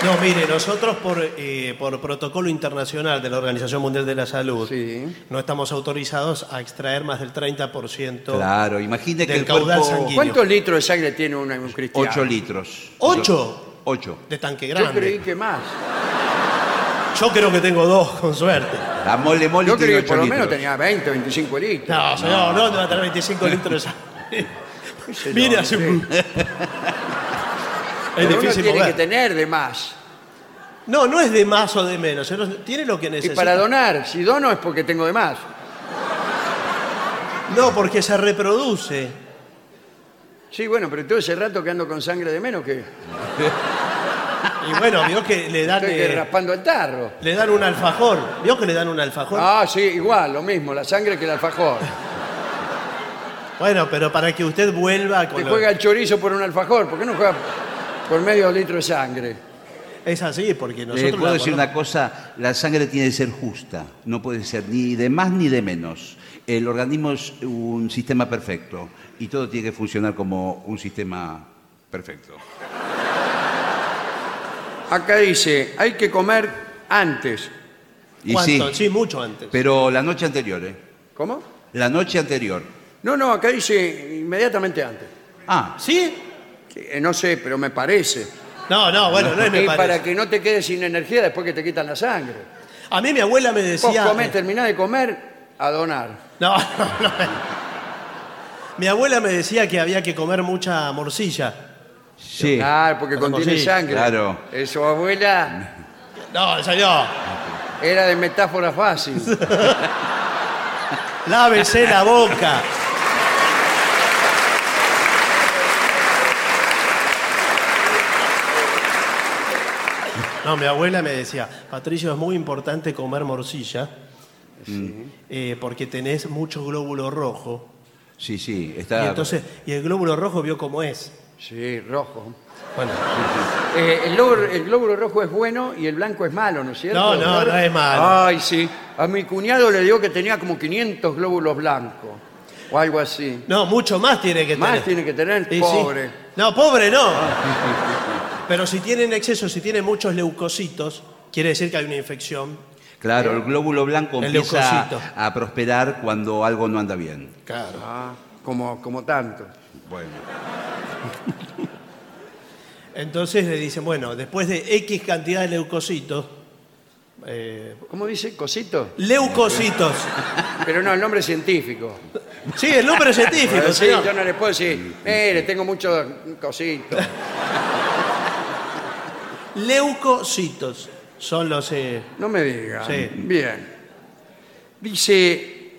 Speaker 3: No, mire, nosotros por, eh, por protocolo internacional de la Organización Mundial de la Salud
Speaker 2: Sí.
Speaker 3: no estamos autorizados a extraer más del 30%
Speaker 4: Claro, imagine que
Speaker 3: del
Speaker 4: el
Speaker 3: caudal
Speaker 4: cuerpo...
Speaker 3: sanguíneo.
Speaker 2: ¿Cuántos litros de sangre tiene un, un cristiano?
Speaker 4: 8 litros.
Speaker 3: ¿Ocho?
Speaker 4: Ocho.
Speaker 3: de tanque
Speaker 2: Yo
Speaker 3: grande.
Speaker 2: creí que más.
Speaker 3: Yo creo que tengo dos, con suerte.
Speaker 4: La mole mole
Speaker 2: Yo
Speaker 4: tiene
Speaker 2: creí que
Speaker 4: ocho
Speaker 2: por lo menos
Speaker 4: litros.
Speaker 2: tenía 20, 25 litros.
Speaker 3: No, señor, no, te va a traer 25 litros de sangre. (laughs) Mire, hace un- Es
Speaker 2: Pero uno
Speaker 3: difícil
Speaker 2: tiene que
Speaker 3: mover.
Speaker 2: tener de más.
Speaker 3: No, no es de más o de menos. señor, Tiene lo que
Speaker 2: Y
Speaker 3: necesita.
Speaker 2: para donar, si dono es porque tengo de más.
Speaker 3: No, porque se reproduce.
Speaker 2: Sí, bueno, pero todo ese rato que ando con sangre de menos que
Speaker 3: Y bueno, vio que le dan,
Speaker 2: estoy que
Speaker 3: eh,
Speaker 2: raspando el tarro.
Speaker 3: le dan un alfajor. Vio que le dan un alfajor.
Speaker 2: Ah, sí, igual, lo mismo, la sangre que el alfajor.
Speaker 3: Bueno, pero para que usted vuelva
Speaker 2: Te
Speaker 3: con... lo-
Speaker 2: juega el chorizo por un alfajor, ¿por qué no juega por medio litro de sangre?
Speaker 3: Es así,
Speaker 2: Eh,
Speaker 3: porque
Speaker 4: Le
Speaker 3: nosotros...
Speaker 4: Eh, puedo
Speaker 3: la
Speaker 4: decir una
Speaker 3: guardamos.
Speaker 4: cosa, la sangre tiene que ser justa, no puede ser ni de más ni de menos. El organismo es un sistema perfecto y todo tiene que funcionar como un sistema perfecto.
Speaker 2: Acá dice, hay que comer antes.
Speaker 4: Y sí,
Speaker 3: ¿Cuánto? Sí, mucho antes.
Speaker 4: pero la noche anterior, ¿eh?
Speaker 2: ¿Cómo?
Speaker 4: La noche anterior.
Speaker 2: No, no, acá dice inmediatamente antes.
Speaker 4: Ah,
Speaker 3: ¿Sí?
Speaker 2: Eh, No sé, pero me parece.
Speaker 3: No, no, bueno, no, es
Speaker 2: (laughs)
Speaker 3: me
Speaker 2: Y para
Speaker 3: parece.
Speaker 2: que no te quedes sin energía después que te quitan la sangre.
Speaker 3: A mí mi abuela me
Speaker 2: Vos
Speaker 3: decía...
Speaker 2: comés, terminás de comer, a donar.
Speaker 3: No, (laughs) no, no. Mi abuela me decía que había que comer mucha morcilla.
Speaker 4: sí.
Speaker 2: Claro, porque
Speaker 3: Bueno,
Speaker 2: contiene
Speaker 3: sí,
Speaker 2: sangre.
Speaker 4: claro.
Speaker 2: Eh, su abuela
Speaker 3: No, señor.
Speaker 2: era de metáfora
Speaker 3: (laughs)
Speaker 2: fácil.
Speaker 3: Lávese la boca. No, mi abuela me decía, Patricio, es muy importante comer morcilla eh, porque tenés mucho glóbulo rojo.
Speaker 4: Sí, sí, está...
Speaker 3: Y entonces, y el glóbulo rojo vio cómo es.
Speaker 2: Sí, rojo.
Speaker 3: Bueno,
Speaker 2: Eh, el, glóbulo, el glóbulo rojo es bueno y el blanco es malo, ¿no es cierto?
Speaker 3: No, no, no es malo.
Speaker 2: Ay, sí. A mi cuñado le digo que tenía como 500 glóbulos blancos o algo así.
Speaker 3: no, mucho más tiene que
Speaker 2: Más
Speaker 3: tener.
Speaker 2: tiene que tener,
Speaker 3: Y sí.
Speaker 2: pobre.
Speaker 3: No, pobre no. Pero si tiene en exceso, si tiene muchos leucocitos, quiere decir que hay una infección.
Speaker 4: Claro, el glóbulo blanco
Speaker 3: eh, El
Speaker 4: empieza
Speaker 3: leucocito.
Speaker 4: a prosperar cuando algo no anda bien.
Speaker 3: Claro.
Speaker 2: Ah, como, como tanto.
Speaker 4: Bueno.
Speaker 3: Entonces le dicen, bueno, después de X cantidad de leucocitos, eh,
Speaker 2: ¿Cómo dice? ¿Cosito?
Speaker 3: leucocitos.
Speaker 2: Pero no, el nombre es científico.
Speaker 3: (laughs) Sí, el nombre científico,
Speaker 2: Bueno, sí,
Speaker 3: señor.
Speaker 2: yo no le puedo decir, mire, tengo muchos cositos.
Speaker 3: Leucocitos son los... eh,
Speaker 2: No me diga.
Speaker 3: Sí.
Speaker 2: Bien. Dice,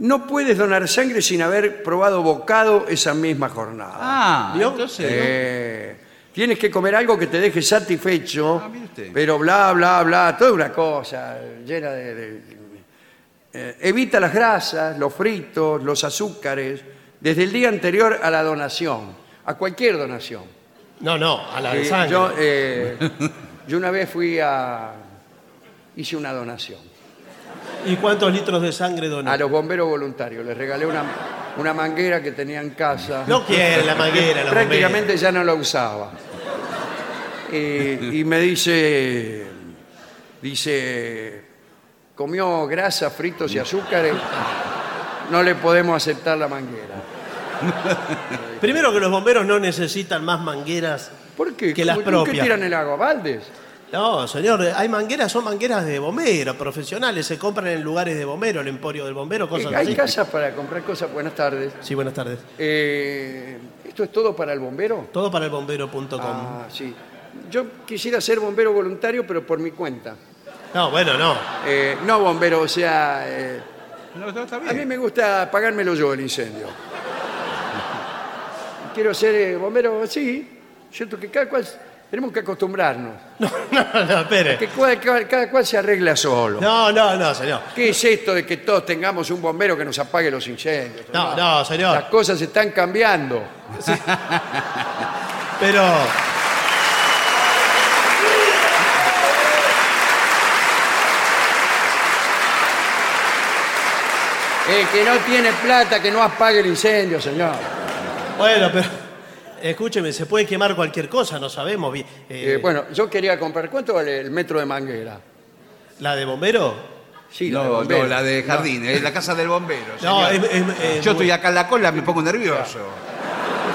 Speaker 2: no puedes donar sangre sin haber probado bocado esa misma jornada.
Speaker 4: Ah,
Speaker 3: ¿Vio?
Speaker 4: entonces...
Speaker 2: Eh, tienes que comer algo que te deje satisfecho,
Speaker 4: Ah, mire usted.
Speaker 2: pero bla, bla, bla, toda una cosa llena de... de- eh, evita las grasas, los fritos, los azúcares, desde el día anterior a la donación, a cualquier donación.
Speaker 3: No, no, a la de
Speaker 2: Eh,
Speaker 3: sangre.
Speaker 2: yo,
Speaker 3: (laughs)
Speaker 2: eh, yo una vez fui a... hice una donación
Speaker 3: ¿Y cuántos litros de sangre
Speaker 2: a
Speaker 3: donó?
Speaker 2: los bomberos voluntarios, les regalé una, una manguera que tenía en casa.
Speaker 3: No quiere la manguera,
Speaker 2: (laughs)
Speaker 3: la
Speaker 2: prácticamente ya no la usaba. Y, y me dice, dice, comió grasa, fritos y azúcares, no le podemos aceptar la manguera.
Speaker 3: bombera. Primero que los bomberos no necesitan más mangueras
Speaker 2: ¿Por qué?
Speaker 3: Que las
Speaker 2: ¿Por qué
Speaker 3: propias.
Speaker 2: tiran el agua? ¿Baldes?
Speaker 3: No, señor, hay mangueras, son mangueras de bomberos, profesionales, se compran en lugares de bomberos, el emporio del bombero, cosas
Speaker 2: Eh, Hay
Speaker 3: así.
Speaker 2: casas para comprar cosas. Buenas tardes.
Speaker 3: Sí, buenas tardes.
Speaker 2: Eh, ¿Esto es todo para el bombero?
Speaker 3: Todo para el bombero.com.
Speaker 2: Ah, sí. Yo quisiera ser bombero voluntario, pero por mi cuenta.
Speaker 3: No, bueno, no. (laughs)
Speaker 2: Eh, no bombero, o sea... eh,
Speaker 4: No, no, está bien.
Speaker 2: A mí me gusta apagármelo yo el incendio. Quiero ser eh, bombero, sí. Siento que cada cual Tenemos que acostumbrarnos.
Speaker 3: No, no, no,
Speaker 2: Que
Speaker 3: espere.
Speaker 2: cual- cual- cada cual se arregla solo.
Speaker 3: No, no, no, señor.
Speaker 2: ¿Qué es esto de que todos tengamos un bombero que nos apague los incendios?
Speaker 3: No, no,
Speaker 2: Las
Speaker 3: señor.
Speaker 2: cosas están cambiando.
Speaker 3: Pero.
Speaker 2: El que no tiene plata, que no apague el incendio, señor.
Speaker 3: Bueno, pero. Escúcheme, se puede quemar cualquier cosa, no sabemos bien. Eh,
Speaker 2: Eh, bueno, yo quería comprar. ¿Cuánto vale el metro de manguera?
Speaker 3: ¿La de bombero?
Speaker 2: Sí, la de
Speaker 4: No,
Speaker 2: bombero.
Speaker 4: no, la de jardín, es la casa del bombero.
Speaker 3: No,
Speaker 4: señor.
Speaker 3: es- es- es
Speaker 4: Yo
Speaker 3: muy-
Speaker 4: estoy acá en la cola, me pongo nervioso.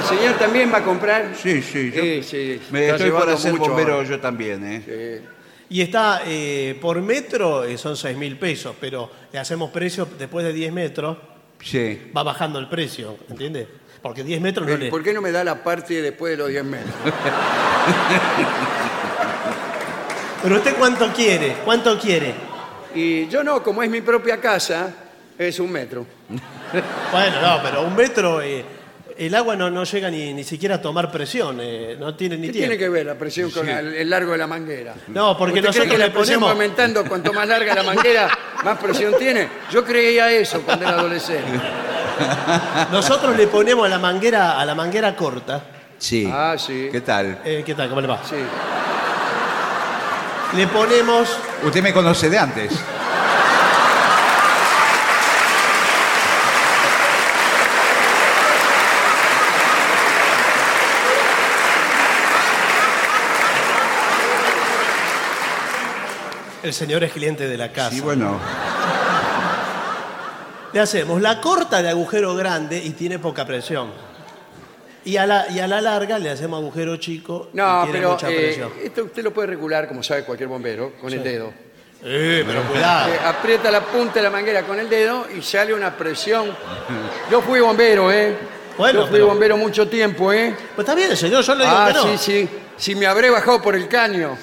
Speaker 2: ¿El señor también va a comprar?
Speaker 4: Sí, sí, yo
Speaker 2: Sí, sí,
Speaker 4: me
Speaker 2: está
Speaker 4: estoy por
Speaker 2: llevando
Speaker 4: hacer
Speaker 2: mucho
Speaker 4: bombero
Speaker 2: ahora.
Speaker 4: yo también, ¿eh?
Speaker 2: Eh,
Speaker 3: Y está eh, por metro, eh, son 6 mil pesos, pero le hacemos precio después de 10 metros,
Speaker 4: Sí.
Speaker 3: va bajando el precio, ¿entiende? Porque 10 metros no
Speaker 2: eh,
Speaker 3: le.
Speaker 2: ¿Por qué no me da la parte después de los 10 metros?
Speaker 3: Pero usted cuánto quiere, cuánto quiere.
Speaker 2: Y yo no, como es mi propia casa, es un metro.
Speaker 3: Bueno, no, pero un metro, eh, el agua no, no llega ni, ni siquiera a tomar presión, eh, no tiene ni
Speaker 2: ¿Qué
Speaker 3: tiempo.
Speaker 2: tiene que ver la presión con la- el largo de la manguera?
Speaker 3: No, porque
Speaker 2: ¿Usted cree
Speaker 3: nosotros
Speaker 2: que
Speaker 3: le
Speaker 2: la presión va
Speaker 3: ponemos.
Speaker 2: aumentando cuanto más larga la manguera, más presión tiene? Yo creía eso cuando era adolescente.
Speaker 3: Nosotros le ponemos a la manguera, a la manguera corta.
Speaker 4: Sí.
Speaker 2: Ah, sí.
Speaker 4: ¿Qué tal?
Speaker 3: Eh, ¿Qué tal? ¿Cómo le va?
Speaker 2: Sí.
Speaker 3: Le ponemos.
Speaker 4: Usted me conoce de antes.
Speaker 3: El señor es cliente de la casa.
Speaker 4: Ah, Sí, bueno.
Speaker 3: Le hacemos la corta de agujero grande y tiene poca presión. Y a la, y a la larga le hacemos agujero chico
Speaker 2: No,
Speaker 3: y tiene
Speaker 2: pero
Speaker 3: mucha
Speaker 2: eh,
Speaker 3: presión.
Speaker 2: esto usted lo puede regular, como sabe cualquier bombero, con el dedo.
Speaker 3: Eh, pero cuidado.
Speaker 2: Eh, aprieta la punta de la manguera con el dedo y sale una presión. Yo fui bombero, ¿eh?
Speaker 3: Bueno,
Speaker 2: Yo fui
Speaker 3: pero-
Speaker 2: bombero mucho tiempo, ¿eh?
Speaker 3: Pues está bien, señor, yo le (laughs) digo
Speaker 2: ah,
Speaker 3: que no.
Speaker 2: sí, sí. Si me habré bajado por el caño.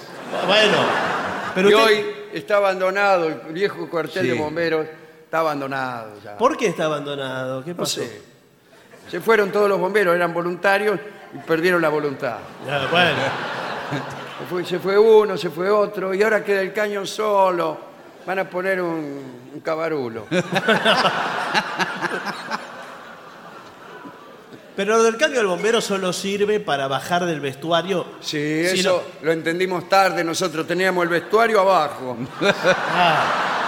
Speaker 3: Bueno, pero
Speaker 2: y
Speaker 3: usted-
Speaker 2: hoy está abandonado, el viejo cuartel
Speaker 4: Sí.
Speaker 2: de bomberos está abandonado ya.
Speaker 3: ¿Por qué está abandonado? ¿Qué
Speaker 2: No
Speaker 3: pasó?
Speaker 2: sé. Se fueron todos los bomberos, eran voluntarios y perdieron la voluntad.
Speaker 3: Ah, bueno,
Speaker 2: Se fue, se fue uno, se fue otro y ahora queda el caño solo. Van a poner un, un
Speaker 3: (laughs)
Speaker 2: cabarulo.
Speaker 3: pero lo del cambio del bombero solo sirve para bajar del vestuario.
Speaker 2: Sí,
Speaker 3: Si
Speaker 2: eso
Speaker 3: no-
Speaker 2: lo entendimos tarde. Nosotros teníamos el vestuario
Speaker 3: (laughs)
Speaker 2: abajo.
Speaker 3: Ah, (laughs)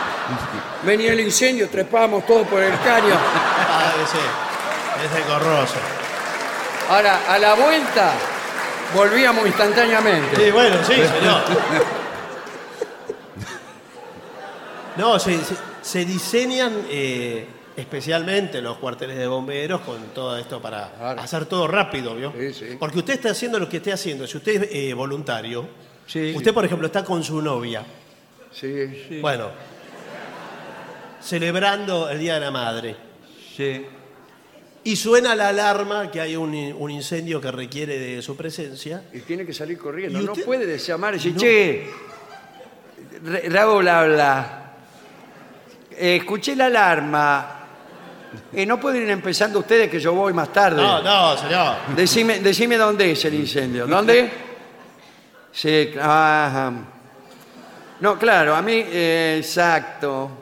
Speaker 2: Venía el incendio, trepábamos todos por el caño.
Speaker 3: ah, ese, ese gorroso.
Speaker 2: Ahora, a la vuelta, volvíamos instantáneamente.
Speaker 3: Sí, bueno, sí, señor. No, se, se- se diseñan eh, especialmente los cuarteles de bomberos con todo esto para
Speaker 2: Claro.
Speaker 3: hacer todo rápido, ¿vio?
Speaker 2: Sí, sí.
Speaker 3: Porque usted está haciendo lo que esté haciendo. Si usted es eh, voluntario,
Speaker 2: Sí.
Speaker 3: usted, por ejemplo, está con su novia,
Speaker 2: Sí, sí.
Speaker 3: bueno, celebrando el Día de la Madre,
Speaker 4: Sí.
Speaker 3: y suena la alarma que hay un, in- un incendio que requiere de su presencia.
Speaker 2: Y tiene que salir corriendo.
Speaker 3: ¿Y
Speaker 2: No
Speaker 3: usted?
Speaker 2: puede llamar y decir,
Speaker 3: No.
Speaker 2: che, Ra- Raúl habla. Eh, escuché la alarma. Eh, no pueden ir empezando ustedes que yo voy más tarde.
Speaker 3: No, no, señor.
Speaker 2: Decime, decime dónde es el incendio. ¿Dónde? Sí, cl- ajá. No, claro, a mí, eh, exacto.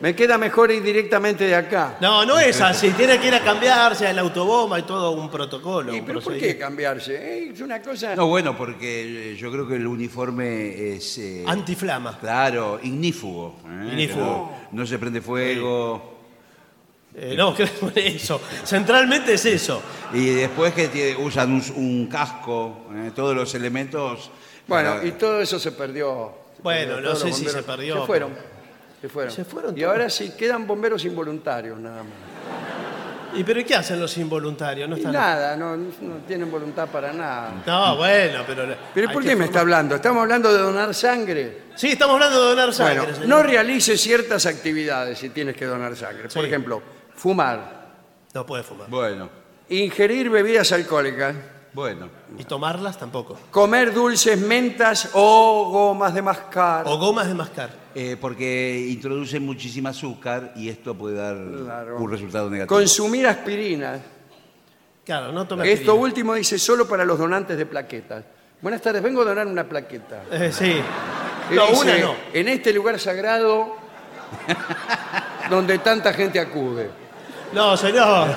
Speaker 2: Me queda mejor ir directamente de acá.
Speaker 3: No, no es así. Tiene que ir a cambiarse al autobomba y todo un protocolo.
Speaker 2: ¿Y
Speaker 3: un
Speaker 2: pero por qué
Speaker 3: procedimiento.
Speaker 2: cambiarse? Eh, es una cosa...
Speaker 4: No, bueno, porque eh, yo creo que el uniforme es. eh,
Speaker 3: Antiflama.
Speaker 4: Claro, ignífugo. ¿eh?
Speaker 3: Ignífugo.
Speaker 4: No, no se prende fuego.
Speaker 3: Eh, no, (laughs) creo que es eso. Centralmente es eso.
Speaker 4: Y después que tie- usan un, un casco, ¿eh? todos los elementos.
Speaker 2: Bueno,
Speaker 4: para-
Speaker 2: y todo eso se perdió. Se
Speaker 3: Bueno,
Speaker 2: perdió,
Speaker 3: no
Speaker 2: todos
Speaker 3: sé
Speaker 2: los
Speaker 3: si
Speaker 2: bomberos.
Speaker 3: se perdió,
Speaker 2: Se fueron. Se fueron.
Speaker 3: Se fueron
Speaker 2: y
Speaker 3: todos.
Speaker 2: ahora sí quedan bomberos involuntarios nada más.
Speaker 3: ¿Y pero qué hacen los involuntarios? No
Speaker 2: Y
Speaker 3: están.
Speaker 2: nada, no, no tienen voluntad para nada.
Speaker 3: No, bueno, pero.
Speaker 2: ¿Pero
Speaker 3: hay
Speaker 2: por
Speaker 3: que
Speaker 2: qué me está
Speaker 3: formar-
Speaker 2: hablando? Estamos hablando de donar sangre.
Speaker 3: Sí, estamos hablando de donar sangre.
Speaker 2: Bueno,
Speaker 3: señor.
Speaker 2: no realices ciertas actividades si tienes que donar sangre. Por
Speaker 3: Sí.
Speaker 2: ejemplo, fumar,
Speaker 3: No puede fumar.
Speaker 4: Bueno,
Speaker 2: ingerir bebidas alcohólicas,
Speaker 4: bueno.
Speaker 3: Y tomarlas tampoco.
Speaker 2: comer dulces, mentas o gomas de mascar.
Speaker 3: O gomas de mascar.
Speaker 4: Eh, porque introducen muchísimo azúcar y esto puede dar
Speaker 2: Claro.
Speaker 4: un resultado negativo.
Speaker 2: Consumir aspirina.
Speaker 3: Claro, no tomar.
Speaker 2: Esto último dice solo para los donantes de plaquetas. Buenas tardes, vengo a donar una plaqueta.
Speaker 3: Eh, sí.
Speaker 2: que
Speaker 3: No,
Speaker 2: dice,
Speaker 3: una no.
Speaker 2: En este lugar sagrado donde tanta gente acude.
Speaker 3: No, señor.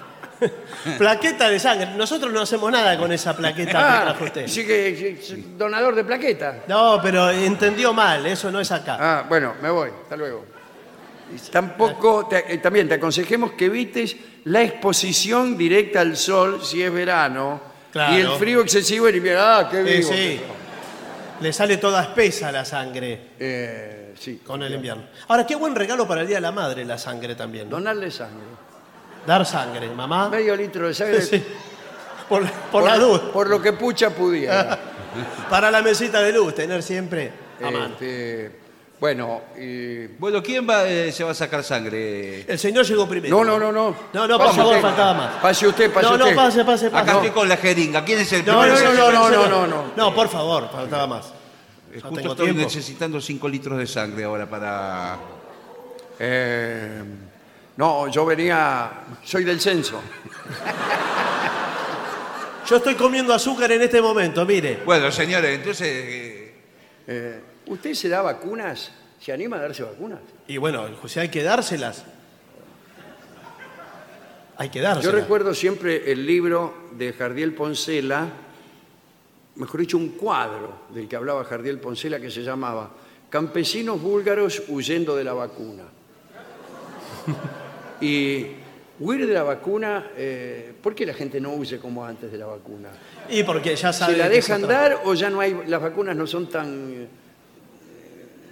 Speaker 3: (laughs) plaqueta de sangre. Nosotros no hacemos nada con esa plaqueta que
Speaker 2: Ah,
Speaker 3: trajo usted.
Speaker 2: sí que sí, sí, donador de plaquetas.
Speaker 3: No, pero entendió mal, eso no es acá.
Speaker 2: Ah, bueno, me voy, hasta luego. Y Tampoco, te- eh, también te aconsejemos que evites la exposición directa al sol si es verano
Speaker 3: Claro.
Speaker 2: y el frío excesivo en invierno. Ah, qué
Speaker 3: Sí,
Speaker 2: vivo.
Speaker 3: sí. Le sale toda espesa la sangre
Speaker 2: Eh, sí.
Speaker 3: con el invierno. Ahora, qué buen regalo para el Día de la Madre la sangre también. ¿no?
Speaker 2: Donarle sangre.
Speaker 3: Dar sangre, mamá. (laughs)
Speaker 2: Medio litro de sangre.
Speaker 3: Sí. Por, la- por la luz.
Speaker 2: por lo que pucha
Speaker 3: (laughs)
Speaker 2: pudiera.
Speaker 3: Para la mesita de luz, tener siempre a mano.
Speaker 2: Este, bueno, eh,
Speaker 4: Bueno, ¿quién va, eh, se va a sacar sangre?
Speaker 3: El señor llegó primero.
Speaker 2: no, no, no, no.
Speaker 3: No, no, por
Speaker 2: Pase
Speaker 3: favor,
Speaker 2: usted.
Speaker 3: faltaba más.
Speaker 2: Pase usted, pase
Speaker 3: No, no,
Speaker 2: usted.
Speaker 3: pase, pase, pase.
Speaker 4: Acá estoy con la jeringa. ¿Quién es el
Speaker 3: No, no, no,
Speaker 4: primero?
Speaker 3: no, no, no,
Speaker 2: no,
Speaker 3: no,
Speaker 2: no.
Speaker 3: por favor, faltaba más. No
Speaker 4: Justo
Speaker 3: tengo
Speaker 4: estoy
Speaker 3: tiempo.
Speaker 4: necesitando 5 litros de sangre ahora para...
Speaker 2: Eh, no, yo venía, soy del censo.
Speaker 3: Yo estoy comiendo azúcar en este momento, mire.
Speaker 4: Bueno, señores, entonces... eh,
Speaker 2: Eh, ¿Usted se da vacunas? ¿Se anima a darse vacunas?
Speaker 3: Y bueno, José, hay que dárselas. Hay que dárselas.
Speaker 2: Yo recuerdo siempre el libro de Jardiel Poncela, mejor dicho, un cuadro del que hablaba Jardiel Poncela que se llamaba Campesinos búlgaros huyendo de la vacuna. Y huir de la vacuna, eh, ¿por qué la gente no huye como antes de la vacuna?
Speaker 3: Y porque ya sabe.
Speaker 2: ¿Se la
Speaker 3: que es
Speaker 2: dejan
Speaker 3: otra-
Speaker 2: dar o ya no hay, las vacunas no son tan eh,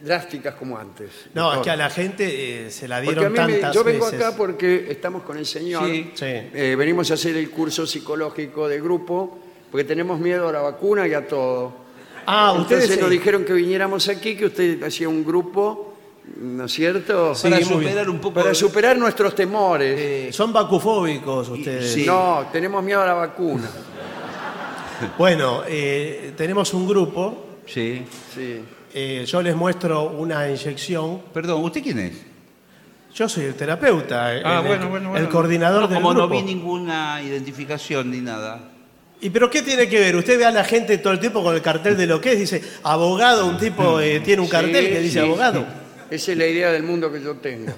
Speaker 2: drásticas como antes?
Speaker 3: No, es
Speaker 2: Doctor.
Speaker 3: que a la gente eh, se la
Speaker 2: Porque a
Speaker 3: dieron
Speaker 2: mí me-
Speaker 3: tantas
Speaker 2: yo vengo
Speaker 3: veces.
Speaker 2: acá porque estamos con el señor.
Speaker 4: Sí.
Speaker 3: Sí.
Speaker 2: Eh, venimos a hacer el curso psicológico de grupo porque tenemos miedo a la vacuna y a todo.
Speaker 3: Ah,
Speaker 2: ustedes
Speaker 3: ustedes
Speaker 2: se
Speaker 3: sí.
Speaker 2: nos dijeron que viniéramos aquí, que usted hacía un grupo, ¿no es cierto?
Speaker 4: para
Speaker 3: muy bien.
Speaker 4: superar un poco...
Speaker 2: Para superar nuestros temores.
Speaker 3: Son vacufóbicos ustedes.
Speaker 4: sí.
Speaker 2: No, tenemos miedo a la vacuna.
Speaker 3: Bueno, eh, tenemos un grupo.
Speaker 4: Sí.
Speaker 2: Sí.
Speaker 3: eh, yo les muestro una inyección.
Speaker 4: Perdón, ¿usted quién es?
Speaker 3: Yo soy el terapeuta, eh,
Speaker 4: Ah,
Speaker 3: el,
Speaker 4: bueno, bueno, bueno.
Speaker 3: el coordinador
Speaker 4: No,
Speaker 3: del
Speaker 4: como
Speaker 3: grupo.
Speaker 4: no vi ninguna identificación ni nada. (laughs)
Speaker 3: ¿Y pero qué tiene que ver? Usted ve a la gente todo el tiempo con el cartel de lo que es, dice abogado, un tipo eh, tiene un cartel
Speaker 2: Sí,
Speaker 3: que dice
Speaker 2: sí, (laughs)
Speaker 3: abogado.
Speaker 2: Esa es la idea del mundo que yo tengo.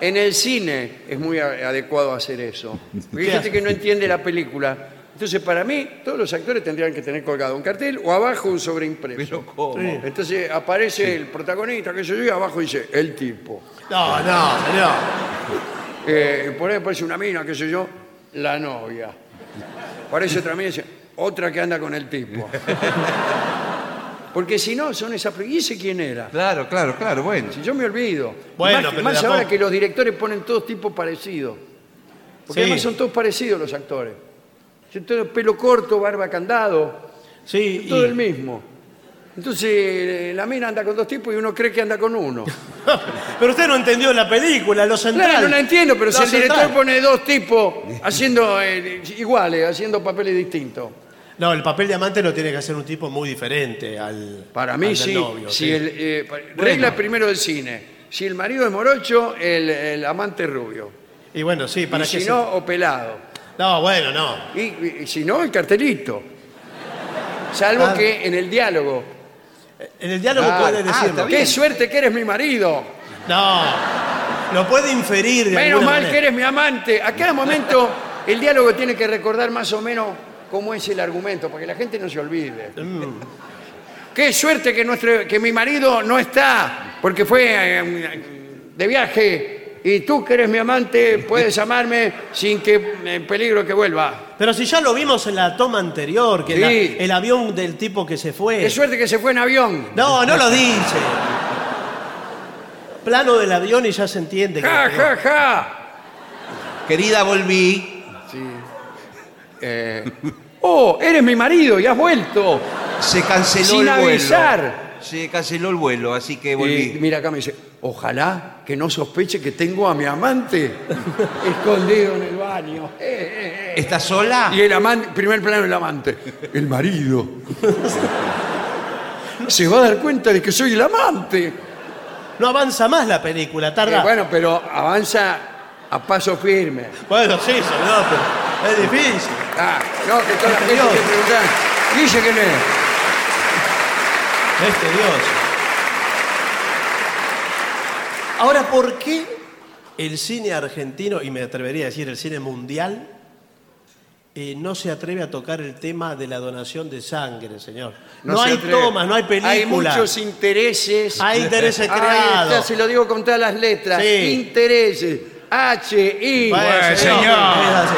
Speaker 2: En el cine es muy a- adecuado hacer eso. Porque hay gente que no entiende la película. Entonces, para mí, todos los actores tendrían que tener colgado un cartel o abajo un sobreimpreso.
Speaker 4: Pero ¿cómo?
Speaker 3: Sí.
Speaker 2: Entonces aparece el protagonista, que se yo, y abajo dice, el tipo.
Speaker 3: No, no, señor.
Speaker 2: Eh, por ahí aparece una mina, qué sé yo, la novia. Aparece otra mina y dice, otra que anda con el
Speaker 3: (laughs)
Speaker 2: tipo. Porque si no, son esas... pre- ¿Y ese quién era?
Speaker 4: Claro, claro, claro, bueno.
Speaker 2: Si yo me olvido.
Speaker 3: Bueno,
Speaker 2: más
Speaker 3: pero
Speaker 2: más
Speaker 3: tampoco-
Speaker 2: ahora que los directores ponen todos tipos parecidos. Porque
Speaker 3: Sí.
Speaker 2: además son todos parecidos los actores. Son todos pelo corto, barba candado,
Speaker 3: Sí, y-
Speaker 2: todo el mismo. Entonces eh, la mina anda con dos tipos y uno cree que anda con
Speaker 3: (laughs)
Speaker 2: uno.
Speaker 3: (laughs) pero usted no entendió la película, lo central.
Speaker 2: Claro, no la entiendo, pero
Speaker 3: Lo
Speaker 2: si el director
Speaker 3: central.
Speaker 2: pone dos tipos haciendo eh, iguales, haciendo papeles distintos.
Speaker 3: No, el papel de amante lo tiene que hacer un tipo muy diferente al.
Speaker 2: Para mí
Speaker 3: al del
Speaker 2: sí.
Speaker 3: novio,
Speaker 2: si
Speaker 3: sí.
Speaker 2: el, eh, pa- Regla primero del cine. Si el marido es morocho, el, el amante es rubio.
Speaker 3: Y bueno, sí, para
Speaker 2: y
Speaker 3: que
Speaker 2: si
Speaker 3: se-
Speaker 2: no, o pelado.
Speaker 3: No, bueno, no.
Speaker 2: Y, y- y si no, el cartelito. Salvo
Speaker 3: Ah.
Speaker 2: que en el diálogo.
Speaker 3: En el diálogo
Speaker 4: Ah,
Speaker 3: puede
Speaker 4: ah,
Speaker 3: decirlo.
Speaker 4: está
Speaker 2: ¡Qué
Speaker 4: bien.
Speaker 2: suerte que eres mi marido!
Speaker 3: no, lo puede inferir de
Speaker 2: Menos
Speaker 3: alguna
Speaker 2: mal
Speaker 3: manera.
Speaker 2: que eres mi amante. A cada momento el diálogo tiene que recordar más o menos cómo es el argumento, para que la gente no se olvide.
Speaker 3: Mm.
Speaker 2: ¡Qué suerte que, nuestro, que mi marido no está! Porque fue eh, de viaje. Y tú que eres mi amante, puedes amarme sin que en peligro que vuelva.
Speaker 3: Pero si ya lo vimos en la toma anterior, que
Speaker 2: Sí.
Speaker 3: la- el avión del tipo que se fue.
Speaker 2: ¡Qué suerte que se fue en avión!
Speaker 3: No, no lo dice. Plano del avión y ya se entiende. que-
Speaker 2: ¡Ja, ja, ja!
Speaker 4: Querida, volví.
Speaker 2: Eh, oh, eres mi marido y has vuelto.
Speaker 4: Se canceló
Speaker 2: Sin
Speaker 4: el vuelo.
Speaker 2: avisar.
Speaker 4: Se canceló el vuelo, así que
Speaker 2: Y
Speaker 4: volví.
Speaker 2: mira acá me dice, ojalá que no sospeche que tengo a mi amante (laughs) escondido en el baño. Eh, eh, eh.
Speaker 4: ¿Estás sola?
Speaker 2: Y el amante, primer plano el amante, el marido. Se va a dar cuenta de que soy el amante.
Speaker 3: No avanza más la película, tarda.
Speaker 2: Eh, bueno, pero avanza a paso firme.
Speaker 3: Bueno, sí, señor, pero es difícil.
Speaker 2: Ah. No, que toda la gente
Speaker 3: Dios.
Speaker 2: me pregunta, "¿Y ese quién es?
Speaker 3: Es tedioso. Ahora, ¿por qué el cine argentino, y me atrevería a decir el cine mundial, eh, no se atreve a tocar el tema de la donación de sangre, señor? No,
Speaker 2: se
Speaker 3: hay
Speaker 2: atreve.
Speaker 3: tomas, no hay películas.
Speaker 2: Hay muchos intereses.
Speaker 3: Hay intereses
Speaker 2: Ahí
Speaker 3: creados.
Speaker 2: está, se lo digo con todas las letras.
Speaker 3: Sí.
Speaker 2: Intereses. H, I.
Speaker 3: Bueno,
Speaker 5: Bueno, señor.
Speaker 3: es así.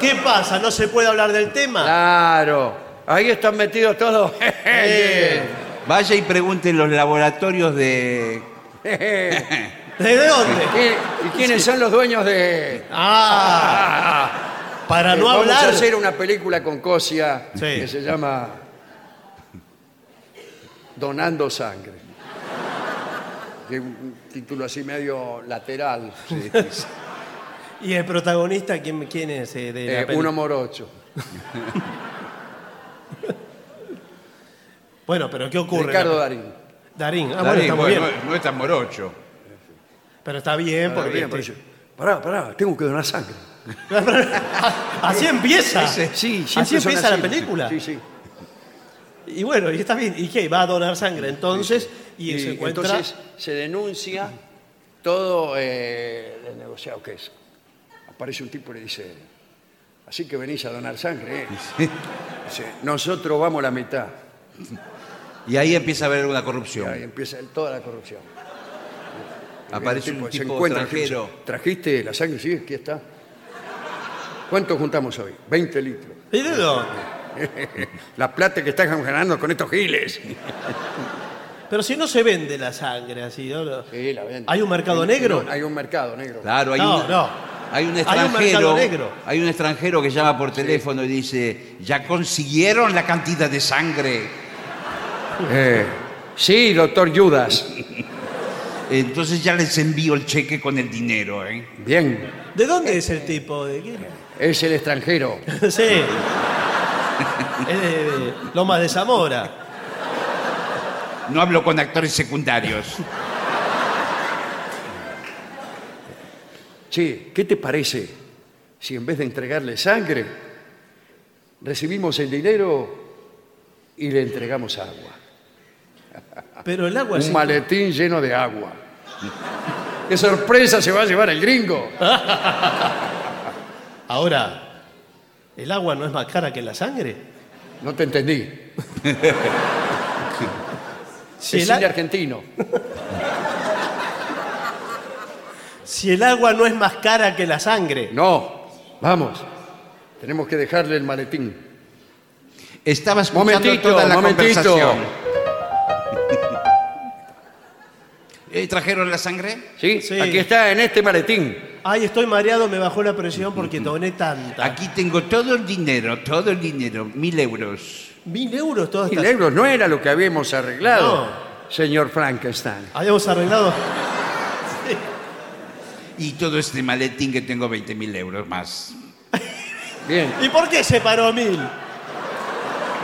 Speaker 3: ¿Qué pasa? ¿No se puede hablar del tema?
Speaker 2: Claro. Ahí están metidos
Speaker 3: (laughs)
Speaker 2: todos.
Speaker 3: Eh,
Speaker 4: Vaya y pregunte en los laboratorios de...
Speaker 3: ¿De dónde?
Speaker 2: ¿Qué- ¿Y quiénes son los dueños de...?
Speaker 3: Ah, para
Speaker 2: Eh,
Speaker 3: no
Speaker 2: Vamos a
Speaker 3: hablar.
Speaker 2: hacer una película con Cosia
Speaker 3: Sí.
Speaker 2: que se llama Donando Sangre. Que es un título así medio lateral.
Speaker 3: ¿Y el protagonista quién, quién es? eh, de la
Speaker 2: Eh,
Speaker 3: peli?
Speaker 2: uno morocho.
Speaker 3: Bueno, pero ¿qué ocurre?
Speaker 2: Ricardo Darín.
Speaker 3: Darín. Ah, bueno,
Speaker 5: Darín,
Speaker 3: está muy
Speaker 5: bueno,
Speaker 3: bien.
Speaker 5: no, no es tan morocho.
Speaker 3: Pero está bien
Speaker 2: Ahora
Speaker 3: porque...
Speaker 2: bien,
Speaker 3: (laughs) este-
Speaker 2: parece, Pará, pará, tengo que donar sangre.
Speaker 3: Ah, Así empieza.
Speaker 2: Sí, siempre
Speaker 3: así
Speaker 2: son
Speaker 3: empieza
Speaker 2: así.
Speaker 3: la película.
Speaker 2: Sí, sí.
Speaker 3: Y bueno, y está bien. ¿Y qué? Va a donar sangre entonces y, se encuentra...
Speaker 2: entonces se denuncia todo eh, el negociado que es. Aparece un tipo y le dice, así que venís a donar sangre. eh". Dice, nosotros vamos la mitad.
Speaker 4: Y ahí empieza a haber
Speaker 2: Y
Speaker 4: una
Speaker 2: ahí
Speaker 4: corrupción.
Speaker 2: empieza toda la corrupción.
Speaker 4: Aparece
Speaker 2: El
Speaker 4: un
Speaker 2: se
Speaker 4: tipo
Speaker 2: encuentra,
Speaker 4: extranjero.
Speaker 2: dice, Trajiste la sangre, sí, aquí está. ¿Cuánto juntamos hoy? 20 litros.
Speaker 3: ¿Y de dónde?
Speaker 2: La plata que están ganando con estos giles.
Speaker 3: Pero si no se vende la sangre así, ¿no?
Speaker 2: Sí, la venden.
Speaker 3: ¿Hay un mercado negro?
Speaker 2: Hay un mercado negro.
Speaker 4: Claro, hay
Speaker 3: No,
Speaker 4: un,
Speaker 3: no.
Speaker 4: Hay un
Speaker 3: mercado
Speaker 4: extranjero.
Speaker 3: negro.
Speaker 4: hay un extranjero que llama por teléfono y dice, ya consiguieron la cantidad de sangre.
Speaker 2: Eh, sí, doctor Judas.
Speaker 4: Entonces ya les envío el cheque con el dinero, ¿eh?
Speaker 2: Bien.
Speaker 3: ¿De dónde es el tipo? ¿De quién?
Speaker 2: Es el extranjero.
Speaker 3: (laughs) sí.
Speaker 2: (laughs)
Speaker 3: es de Lomas de Zamora.
Speaker 4: No hablo con actores secundarios.
Speaker 2: Che, ¿qué te parece si en vez de entregarle sangre, recibimos el dinero y le entregamos agua?
Speaker 3: Pero el agua
Speaker 2: Un
Speaker 3: sí.
Speaker 2: maletín lleno de agua. ¡Qué sorpresa se va a llevar el gringo!
Speaker 3: Ahora, ¿el agua no es más cara que la sangre?
Speaker 2: No te entendí.
Speaker 3: Si
Speaker 2: es
Speaker 3: el,
Speaker 2: el
Speaker 3: a-
Speaker 2: argentino.
Speaker 3: si el agua no es más cara que la sangre.
Speaker 2: No, vamos. Tenemos que dejarle el maletín.
Speaker 4: Estaba escuchando
Speaker 2: Momentito,
Speaker 4: toda la
Speaker 2: momentito.
Speaker 4: conversación. Eh, ¿Trajeron la sangre?
Speaker 2: ¿Sí?
Speaker 3: Sí.
Speaker 2: Aquí está, en este maletín.
Speaker 3: Ay, estoy mareado, me bajó la presión porque doné tanta.
Speaker 4: Aquí tengo todo el dinero, todo el dinero, mil euros.
Speaker 3: Mil euros todas
Speaker 2: Mil
Speaker 3: estas.
Speaker 2: euros no era lo que habíamos arreglado, señor Frankenstein.
Speaker 3: (laughs) Habíamos arreglado.
Speaker 4: Y todo este maletín que tengo 20 mil euros más.
Speaker 3: (laughs)
Speaker 2: Bien.
Speaker 3: ¿Y por qué se paró mil?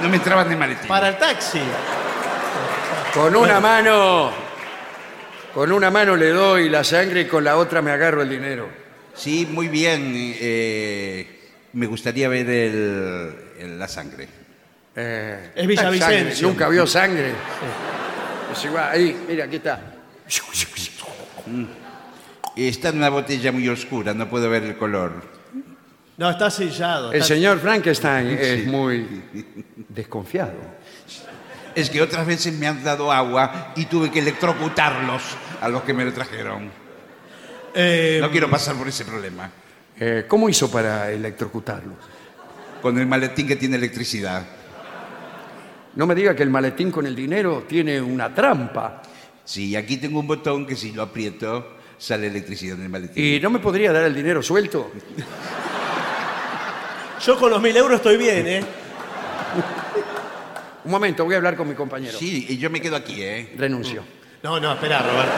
Speaker 4: No me entraban de maletín.
Speaker 3: Para el taxi.
Speaker 2: Con una mano, con una mano le doy la sangre y con la otra me agarro el dinero.
Speaker 4: Sí, muy bien. eh, me gustaría ver el- el- la sangre.
Speaker 2: Eh,
Speaker 3: Es Villavicencio.
Speaker 2: sangre, Nunca vio sangre. Es igual, ahí, mira, aquí está.
Speaker 4: Está en una botella muy oscura, no puedo ver el color.
Speaker 3: No, está sellado.
Speaker 2: El
Speaker 3: está-
Speaker 2: señor Frankenstein es
Speaker 4: (laughs)
Speaker 2: muy desconfiado.
Speaker 4: Es que otras veces me han dado agua y tuve que electrocutarlos a los que me lo trajeron.
Speaker 3: Eh,
Speaker 4: No quiero pasar por ese problema.
Speaker 2: Eh, ¿Cómo hizo para electrocutarlo?
Speaker 4: Con el maletín que tiene electricidad.
Speaker 2: No me diga que el maletín con el dinero tiene una trampa.
Speaker 4: Sí, aquí tengo un botón que si lo aprieto sale electricidad en el maletín.
Speaker 2: ¿Y no me podría dar el dinero suelto?
Speaker 3: Yo con los mil euros estoy bien, ¿eh?
Speaker 2: Un momento, voy a hablar con mi compañero.
Speaker 4: Sí, y yo me quedo aquí, ¿eh?
Speaker 2: Renuncio.
Speaker 3: No, no, espera, Roberto.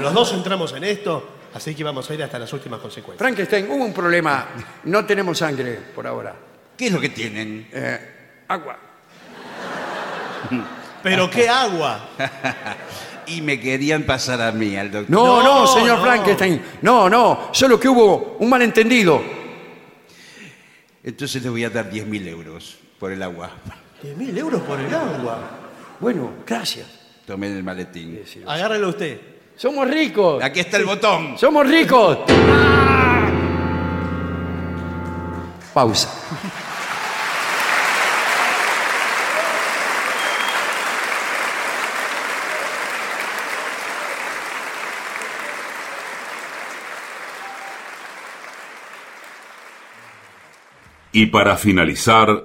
Speaker 3: Los dos entramos en esto, así que vamos a ir hasta las últimas consecuencias.
Speaker 2: Frankenstein, hubo un problema. No tenemos sangre por ahora.
Speaker 4: ¿Qué es lo que tienen?
Speaker 2: Eh, agua.
Speaker 3: Pero qué agua.
Speaker 4: Y me querían pasar a mí, al doctor.
Speaker 2: No, no,
Speaker 3: No,
Speaker 2: señor
Speaker 3: no.
Speaker 2: Frankenstein. No, no. Solo que hubo un malentendido.
Speaker 4: Entonces le voy a dar 10.000 euros por el agua. (laughs)
Speaker 3: 10.000 euros por el agua.
Speaker 2: Bueno, gracias.
Speaker 4: Tomen el maletín.
Speaker 3: Agárrelo usted.
Speaker 2: Somos ricos. Ah.
Speaker 4: Aquí está el botón.
Speaker 2: Somos ricos. Pausa.
Speaker 6: Y para finalizar,